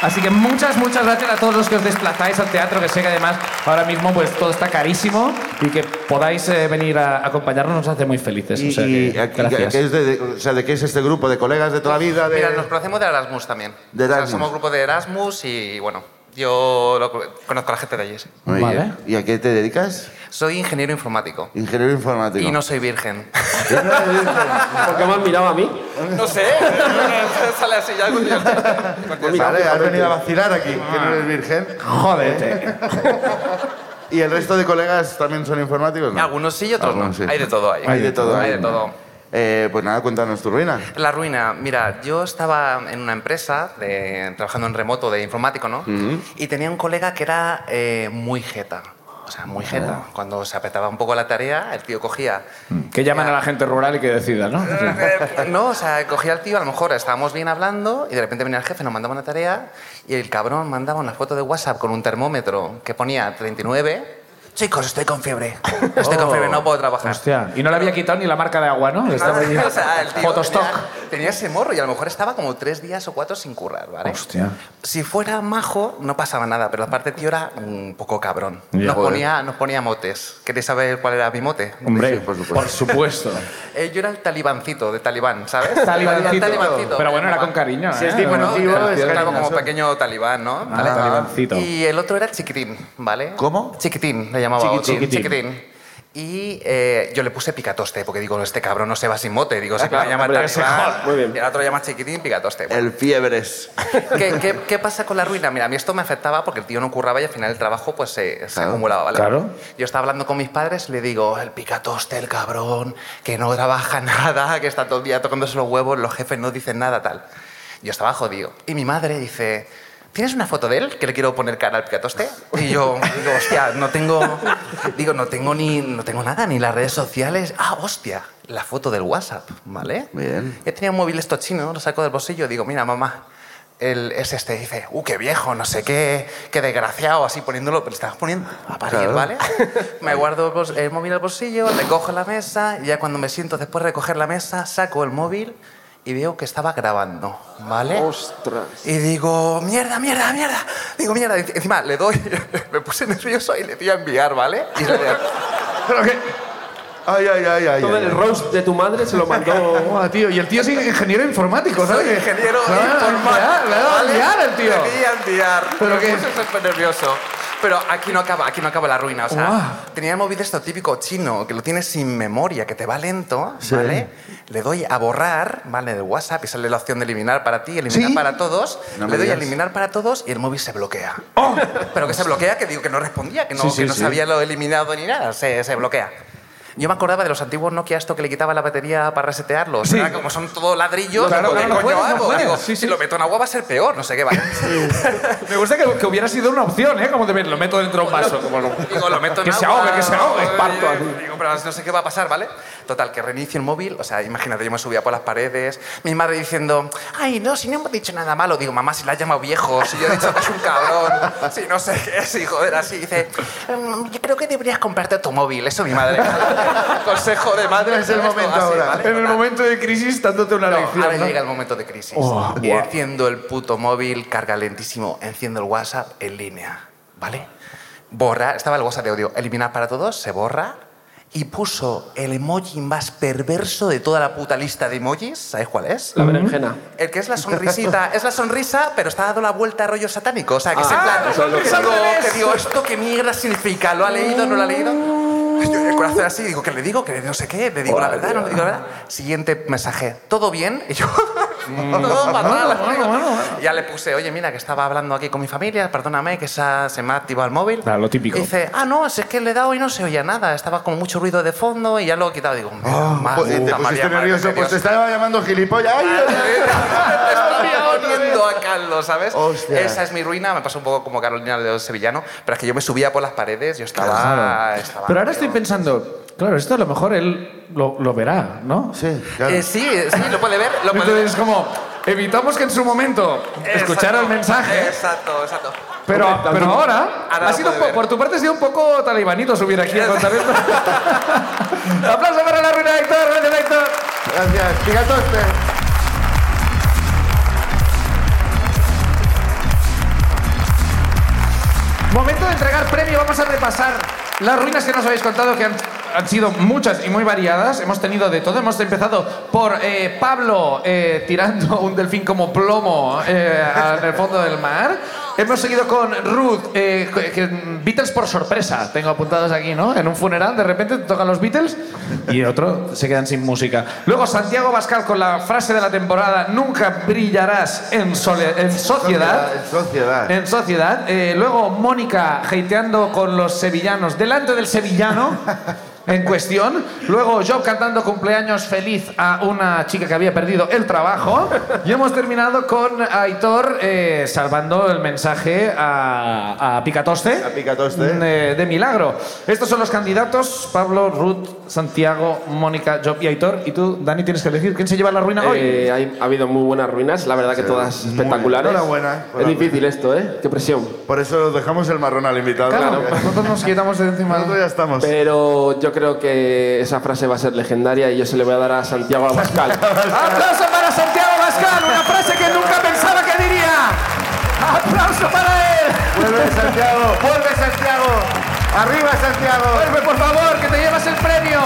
Speaker 2: así que muchas, muchas gracias a todos los que os desplazáis al teatro, que sé que además ahora mismo pues todo está carísimo, y que podáis eh, venir a acompañarnos nos hace muy felices.
Speaker 1: Y,
Speaker 2: o sea
Speaker 1: y
Speaker 2: que,
Speaker 1: aquí-
Speaker 2: gracias.
Speaker 1: que es de, de- o sea, ¿de qué es este grupo? ¿De colegas de toda la vida? De...
Speaker 9: Mira, nos conocemos de Erasmus también.
Speaker 1: De
Speaker 9: O sea,
Speaker 1: Erasmus.
Speaker 9: somos grupo de Erasmus y bueno, yo lo co- conozco a la gente de allí. sí.
Speaker 1: Muy bien.
Speaker 2: Vale.
Speaker 1: ¿Y a qué te dedicas?
Speaker 9: Soy ingeniero informático
Speaker 1: Ingeniero informático.
Speaker 9: y no soy virgen.
Speaker 3: ¿Por qué me han mirado a mí?
Speaker 9: No sé, sale así ya algún día.
Speaker 1: Vale, Ah. has venido a vacilar aquí, que no eres virgen.
Speaker 2: Jódete.
Speaker 1: (laughs) ¿Y el resto de colegas también son informáticos? no?
Speaker 9: (laughs) Algunos sí y otros no.
Speaker 1: Algunos sí.
Speaker 9: Hay de todo ahí.
Speaker 1: Hay de todo.
Speaker 9: Hay
Speaker 1: ¿eh?
Speaker 9: de todo.
Speaker 1: Eh, pues nada, cuéntanos tu ruina.
Speaker 9: La ruina, mira, yo estaba en una empresa de- trabajando en remoto de informático, ¿no? Y tenía un colega que era eh, muy jeta. O sea, muy jeta.
Speaker 1: Ah.
Speaker 9: Cuando se apretaba un poco la tarea, el tío cogía. (laughs)
Speaker 2: Que llaman a la gente rural y que decida, ¿no?
Speaker 9: No, o sea, cogía al tío, a lo mejor estábamos bien hablando y de repente venía el jefe, nos mandaba una tarea y el cabrón mandaba una foto de WhatsApp con un termómetro que ponía 39. Chicos, estoy con (laughs) fiebre. Estoy con fiebre, no puedo trabajar.
Speaker 2: Hostia. Y no le había quitado ni la marca de agua, ¿no? Estaba allí.
Speaker 9: O sea, el tío
Speaker 2: Fotostock.
Speaker 9: Tenía, tenía ese morro y a lo mejor estaba como tres días o cuatro sin currar, ¿vale?
Speaker 2: Hostia.
Speaker 9: Si fuera majo, no pasaba nada, pero aparte el tío era un poco cabrón.
Speaker 2: Ya.
Speaker 9: Nos
Speaker 2: Joder.
Speaker 9: ponía, nos ponía motes. ¿Queréis saber cuál era mi mote?
Speaker 2: Hombre,
Speaker 1: Sí, por supuesto.
Speaker 2: Por supuesto.
Speaker 9: Eh, yo era el talibancito de Talibán, ¿sabes?
Speaker 2: Talibancito.
Speaker 9: Talibancito.
Speaker 2: Pero bueno, era con cariño.
Speaker 1: Si
Speaker 2: ¿eh?
Speaker 1: es diminutivo,
Speaker 9: Bueno,
Speaker 1: es
Speaker 9: era como
Speaker 1: cariñoso.
Speaker 9: pequeño talibán, ¿no?
Speaker 2: Ah, talibancito.
Speaker 9: Y el otro era chiquitín, ¿vale?
Speaker 1: ¿Cómo?
Speaker 9: Chiquitín, le llamaba otro.
Speaker 2: Chiquitín.
Speaker 9: Chiquitín. Y eh, yo le puse picatoste, porque digo, este cabrón no se va sin mote.
Speaker 2: Ah,
Speaker 1: Ah,
Speaker 9: Digo, se va a llamar
Speaker 3: hombre, ese
Speaker 9: talibán.
Speaker 3: joder, muy bien.
Speaker 9: Y el otro llama chiquitín, picatoste. Bueno,
Speaker 1: El fiebres.
Speaker 9: ¿Qué, qué, qué pasa con la ruina? Mira, a mí esto me afectaba porque el tío no curraba y al final el trabajo pues se, se
Speaker 1: Claro,
Speaker 9: acumulaba, ¿vale?
Speaker 2: claro.
Speaker 9: Yo estaba hablando con mis padres y le digo, el picatoste, el cabrón, que no trabaja (laughs) nada, que está todo el día tocándose los huevos, los jefes no dicen nada, tal. Yo estaba jodido. Y mi madre dice, ¿tienes una foto de él que le quiero poner cara al picatoste? Y yo digo, hostia, no tengo, digo, no tengo ni, no tengo nada, ni las redes sociales. Ah, hostia, la foto del WhatsApp, ¿vale?
Speaker 1: Bien.
Speaker 9: Yo tenía un móvil esto chino, lo saco del bolsillo y digo, mira, mamá, el, es este. Y dice, uh, qué viejo, no sé qué, qué desgraciado, así poniéndolo, pero estabas poniendo a parir,
Speaker 1: Claro.
Speaker 9: ¿vale? me guardo el, bols- el móvil al bolsillo, recojo la mesa y ya cuando me siento después de recoger la mesa, saco el móvil y veo que estaba grabando, ¿vale?
Speaker 3: Ostras.
Speaker 9: Y digo, mierda, mierda, mierda. Digo, mierda. Y Encima le doy, (laughs) me puse nervioso y le di a enviar, ¿vale? Y le
Speaker 1: ¿Pero qué? Ay, ay, ay, ay.
Speaker 3: Todo
Speaker 1: ay,
Speaker 3: el
Speaker 1: ay.
Speaker 3: roast de tu madre se lo (laughs) mandó.
Speaker 2: Joder, tío. Y el tío es ingeniero informático, ¿sabes?
Speaker 9: Soy ingeniero
Speaker 2: Le va a
Speaker 9: informático.
Speaker 2: liar, Le va a
Speaker 9: ¿vale?
Speaker 2: liar el tío.
Speaker 9: Le di a liar.
Speaker 2: ¿Pero
Speaker 9: Me
Speaker 2: qué?
Speaker 9: puse súper nervioso. Pero aquí no acaba, aquí no acaba la ruina. O sea,
Speaker 2: Guau.
Speaker 9: tenía el móvil de esto típico chino, que lo tienes sin memoria, que te va lento,
Speaker 1: Sí.
Speaker 9: ¿vale?
Speaker 5: ¿Eh?
Speaker 9: Le doy a borrar, ¿vale? De WhatsApp y sale la opción de eliminar para ti, eliminar
Speaker 1: ¿Sí?
Speaker 9: para todos.
Speaker 1: No me
Speaker 9: Le doy a
Speaker 1: digas.
Speaker 9: eliminar para todos y el móvil se bloquea. Pero que se bloquea, que digo que no respondía, que no,
Speaker 2: Oh. Sí, sí,
Speaker 9: que no
Speaker 2: sí.
Speaker 9: sabía lo eliminado ni nada. Se, se bloquea. Yo me acordaba de los antiguos Nokia, esto que le quitaba la batería para resetearlos.
Speaker 2: Sí.
Speaker 9: Era como son todo ladrillos,
Speaker 2: Claro,
Speaker 9: digo, ¿qué
Speaker 2: claro, no
Speaker 9: coño
Speaker 2: puedes, no
Speaker 9: hago?
Speaker 2: puedes.
Speaker 9: Digo,
Speaker 2: Sí, sí.
Speaker 9: Si lo meto en agua va a ser peor, no sé qué va.
Speaker 2: Me gusta que, que hubiera sido una opción, ¿eh? Como de ver, lo meto dentro de un vaso. como lo-
Speaker 9: Digo, lo meto en
Speaker 2: Que se
Speaker 9: agua,
Speaker 2: ahogue, que se ahogue.
Speaker 9: eh,
Speaker 2: Parto así.
Speaker 9: Digo, pero no sé qué va a pasar, ¿vale? Total, que reinicio el móvil. O sea, imagínate, yo me subía por las paredes. Mi madre diciendo, ay, no, si no hemos dicho nada malo. Digo, mamá, si la has llamado viejo, si yo he dicho que es un cabrón, si no sé qué es, y joder, así. Dice, "Mm, yo creo que deberías comprarte tu móvil. Eso mi madre. Consejo de madre.
Speaker 1: Es el
Speaker 9: ¿sabes?
Speaker 1: momento
Speaker 9: Así,
Speaker 1: ahora.
Speaker 9: ¿vale?
Speaker 2: En el
Speaker 9: Total.
Speaker 2: momento de crisis, dándote una
Speaker 9: No,
Speaker 2: lección.
Speaker 9: ahora
Speaker 2: ¿no?
Speaker 9: llega el momento de crisis.
Speaker 2: Oh,
Speaker 9: y
Speaker 2: wow.
Speaker 9: enciendo el puto móvil, carga lentísimo, enciendo el WhatsApp en línea, ¿vale? Borra, estaba el WhatsApp de audio, eliminar para todos, se borra y puso el emoji más perverso de toda la puta lista de emojis, ¿sabes cuál es?
Speaker 3: La (laughs) berenjena.
Speaker 9: El que es la sonrisita, es la sonrisa, pero está dando la vuelta a rollo satánico. O sea, que es en
Speaker 3: Ah,
Speaker 9: plan,
Speaker 3: o sea, lo
Speaker 9: que
Speaker 3: que-
Speaker 9: digo, que digo, ¿esto qué mierda significa? ¿Lo ha leído? ¿No lo ha leído? Yo, el corazón así, digo, ¿qué le digo? Que no sé qué, le digo la verdad, no le digo la verdad. Siguiente mensaje, ¿todo bien? Y yo,
Speaker 1: Mm.
Speaker 9: (laughs) todo fatal. Ya le puse, oye, mira, que estaba hablando aquí con mi familia, perdóname, que esa- se me ha activado el móvil.
Speaker 2: Claro, lo típico.
Speaker 9: Y dice, ah, no, si es que le he dado y no se oía nada, estaba con mucho ruido de fondo y ya lo he quitado. Digo,
Speaker 1: Oh, pues, te pusiste nervioso, pues te estaba llamando gilipollas. Ay, ay,
Speaker 9: te
Speaker 1: ay.
Speaker 9: estaba poniendo a Carlos, ¿sabes?
Speaker 1: Hostia.
Speaker 9: Esa es mi ruina, me pasó un poco como Carolina de los Sevillano, pero es que yo me subía por las paredes, yo estaba...
Speaker 1: Claro.
Speaker 9: estaba-
Speaker 2: Pero ahora estoy pensando, claro, esto a lo mejor él lo, lo verá, ¿no?
Speaker 1: Sí, claro.
Speaker 9: Eh, sí, sí, lo puede ver,
Speaker 1: (laughs)
Speaker 9: lo puede ver.
Speaker 2: Entonces es como, evitamos que en su momento escuchara el
Speaker 9: Exacto,
Speaker 2: mensaje,
Speaker 9: Exacto, exacto.
Speaker 2: pero, pero ahora,
Speaker 9: Ahora
Speaker 2: ha
Speaker 9: lo
Speaker 2: sido
Speaker 9: puede
Speaker 2: po-
Speaker 9: ver.
Speaker 2: por tu parte ha sido un poco talibanito subir aquí a contar esto. ¡Aplauso para la ruina de Héctor! ¡Gracias, Héctor!
Speaker 1: Gracias. Picatoste.
Speaker 2: Momento de entregar premio, vamos a repasar Las ruinas que nos habéis contado, que han, han sido muchas y muy variadas, hemos tenido de todo. Hemos empezado por eh, Pablo eh, tirando un delfín como plomo eh, al- en el fondo del mar. Hemos seguido con Ruth, eh, que- que- Beatles por sorpresa, tengo apuntados aquí, ¿no? En un funeral, de repente te tocan los Beatles y otro se quedan sin música. Luego Santiago Bascal con la frase de la temporada, nunca brillarás en, sole- en sociedad.
Speaker 1: Sociedad, sociedad.
Speaker 2: En sociedad. Eh, luego Mónica hateando con los sevillanos delante del sevillano en cuestión. Luego yo cantando cumpleaños feliz a una chica que había perdido el trabajo. Y hemos terminado con Aitor eh, salvando el mensaje a, a Picatoste. mm, eh,
Speaker 1: A Picatoste.
Speaker 2: De, de milagro. Estos son los candidatos: Pablo, Ruth, Santiago, Mónica, Job y Aitor. Y tú, Dani, tienes que elegir quién se lleva la ruina hoy.
Speaker 3: Eh, hay- ha habido muy buenas ruinas, la verdad que todas
Speaker 1: muy-
Speaker 3: espectaculares.
Speaker 1: enhorabuena por
Speaker 3: Es
Speaker 1: la
Speaker 3: difícil esto, ¿eh? Qué presión.
Speaker 1: Por eso dejamos el marrón al invitado.
Speaker 2: Claro,
Speaker 1: porque
Speaker 2: nosotros nos quitamos de encima.
Speaker 1: Nosotros ya estamos.
Speaker 3: Pero yo creo que esa frase va a ser legendaria y yo se le voy a dar a Santiago (laughs) Abascal.
Speaker 2: ¡Aplauso para Santiago Pascal! Una frase que nunca pensaba que diría. ¡Aplauso para él!
Speaker 1: Vuelve Santiago, vuelve Santiago. Arriba Santiago.
Speaker 2: Vuelve, por favor, que te llevas el premio.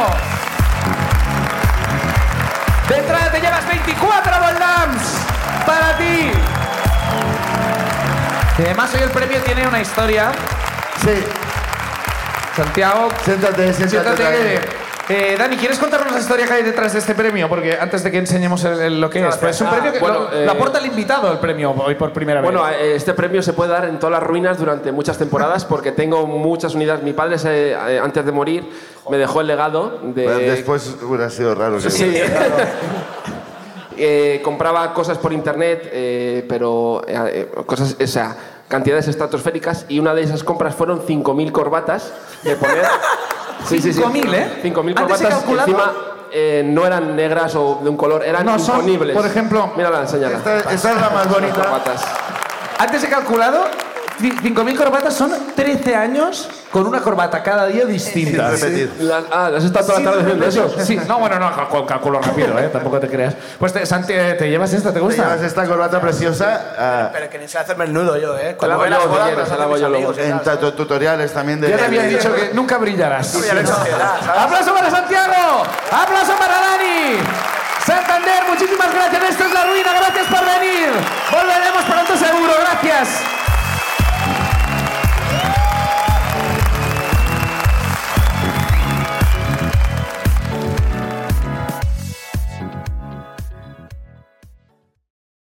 Speaker 2: De entrada te llevas 24 Voldams para ti. Y además hoy el premio tiene una historia.
Speaker 1: Sí,
Speaker 2: Santiago,
Speaker 1: siéntate, siéntate.
Speaker 2: siéntate.
Speaker 1: también.
Speaker 2: Eh, Dani, ¿quieres contarnos la historia que hay detrás de este premio? Porque antes de que enseñemos el- el- lo que es, pues es un
Speaker 3: Ah,
Speaker 2: premio que
Speaker 3: bueno,
Speaker 2: lo, lo
Speaker 3: eh,
Speaker 2: aporta el invitado el premio hoy por primera vez.
Speaker 3: Bueno, eh, este premio se puede dar en todas las ruinas durante muchas temporadas porque tengo muchas unidades. Mi padre, se- eh, antes de morir, me dejó el legado de...
Speaker 1: Bueno, Pues después hubiera sido raro. que-
Speaker 3: Sí. (laughs) Eh, compraba cosas por internet, eh, pero eh, eh, cosas, o sea, cantidades estratosféricas y una de esas compras fueron 5.000 corbatas de poner. (laughs) Sí, sí, sí.
Speaker 2: 5.000, ¿eh?
Speaker 3: 5.000
Speaker 2: Antes he
Speaker 3: corbatas que
Speaker 2: calculado.
Speaker 3: encima eh, no eran negras o de un color, eran
Speaker 2: No, son,
Speaker 3: imponibles.
Speaker 2: por ejemplo,
Speaker 3: Mírala, enséñala.
Speaker 1: Esta, esta es la más bonita.
Speaker 3: Corbatas.
Speaker 2: Antes he calculado, ci- 5.000 corbatas son 13 años con una corbata cada día distinta.
Speaker 1: Repetir.
Speaker 3: Las- ah, las estás toda la tarde haciendo eso.
Speaker 2: Sí, no, bueno, no, calculo, calculo rápido, ¿eh? tampoco te creas. Pues te, Santi, eh, ¿te llevas esta? ¿Te
Speaker 1: Te llevas
Speaker 2: gusta?
Speaker 1: esta corbata preciosa ah,
Speaker 6: Pero que ni se hacerme el nudo yo, ¿eh?
Speaker 3: la
Speaker 6: Cuando
Speaker 3: hago
Speaker 6: voy a las
Speaker 3: yo, si
Speaker 6: bodas, me las
Speaker 3: quieres, la
Speaker 6: hacen
Speaker 3: hago
Speaker 6: mis
Speaker 3: yo
Speaker 6: amigos
Speaker 3: luego.
Speaker 6: y
Speaker 1: en
Speaker 6: tal.
Speaker 1: tanto tutoriales también de.
Speaker 2: Ya te habían dicho que nunca brillarás.
Speaker 6: Ya lo he hecho, ¿sabes?
Speaker 2: ¡Aplauso para Santiago! ¡Aplauso para Dani! Santander, muchísimas gracias. Esto es La Ruina. Gracias por venir. Volveremos pronto seguro. Gracias.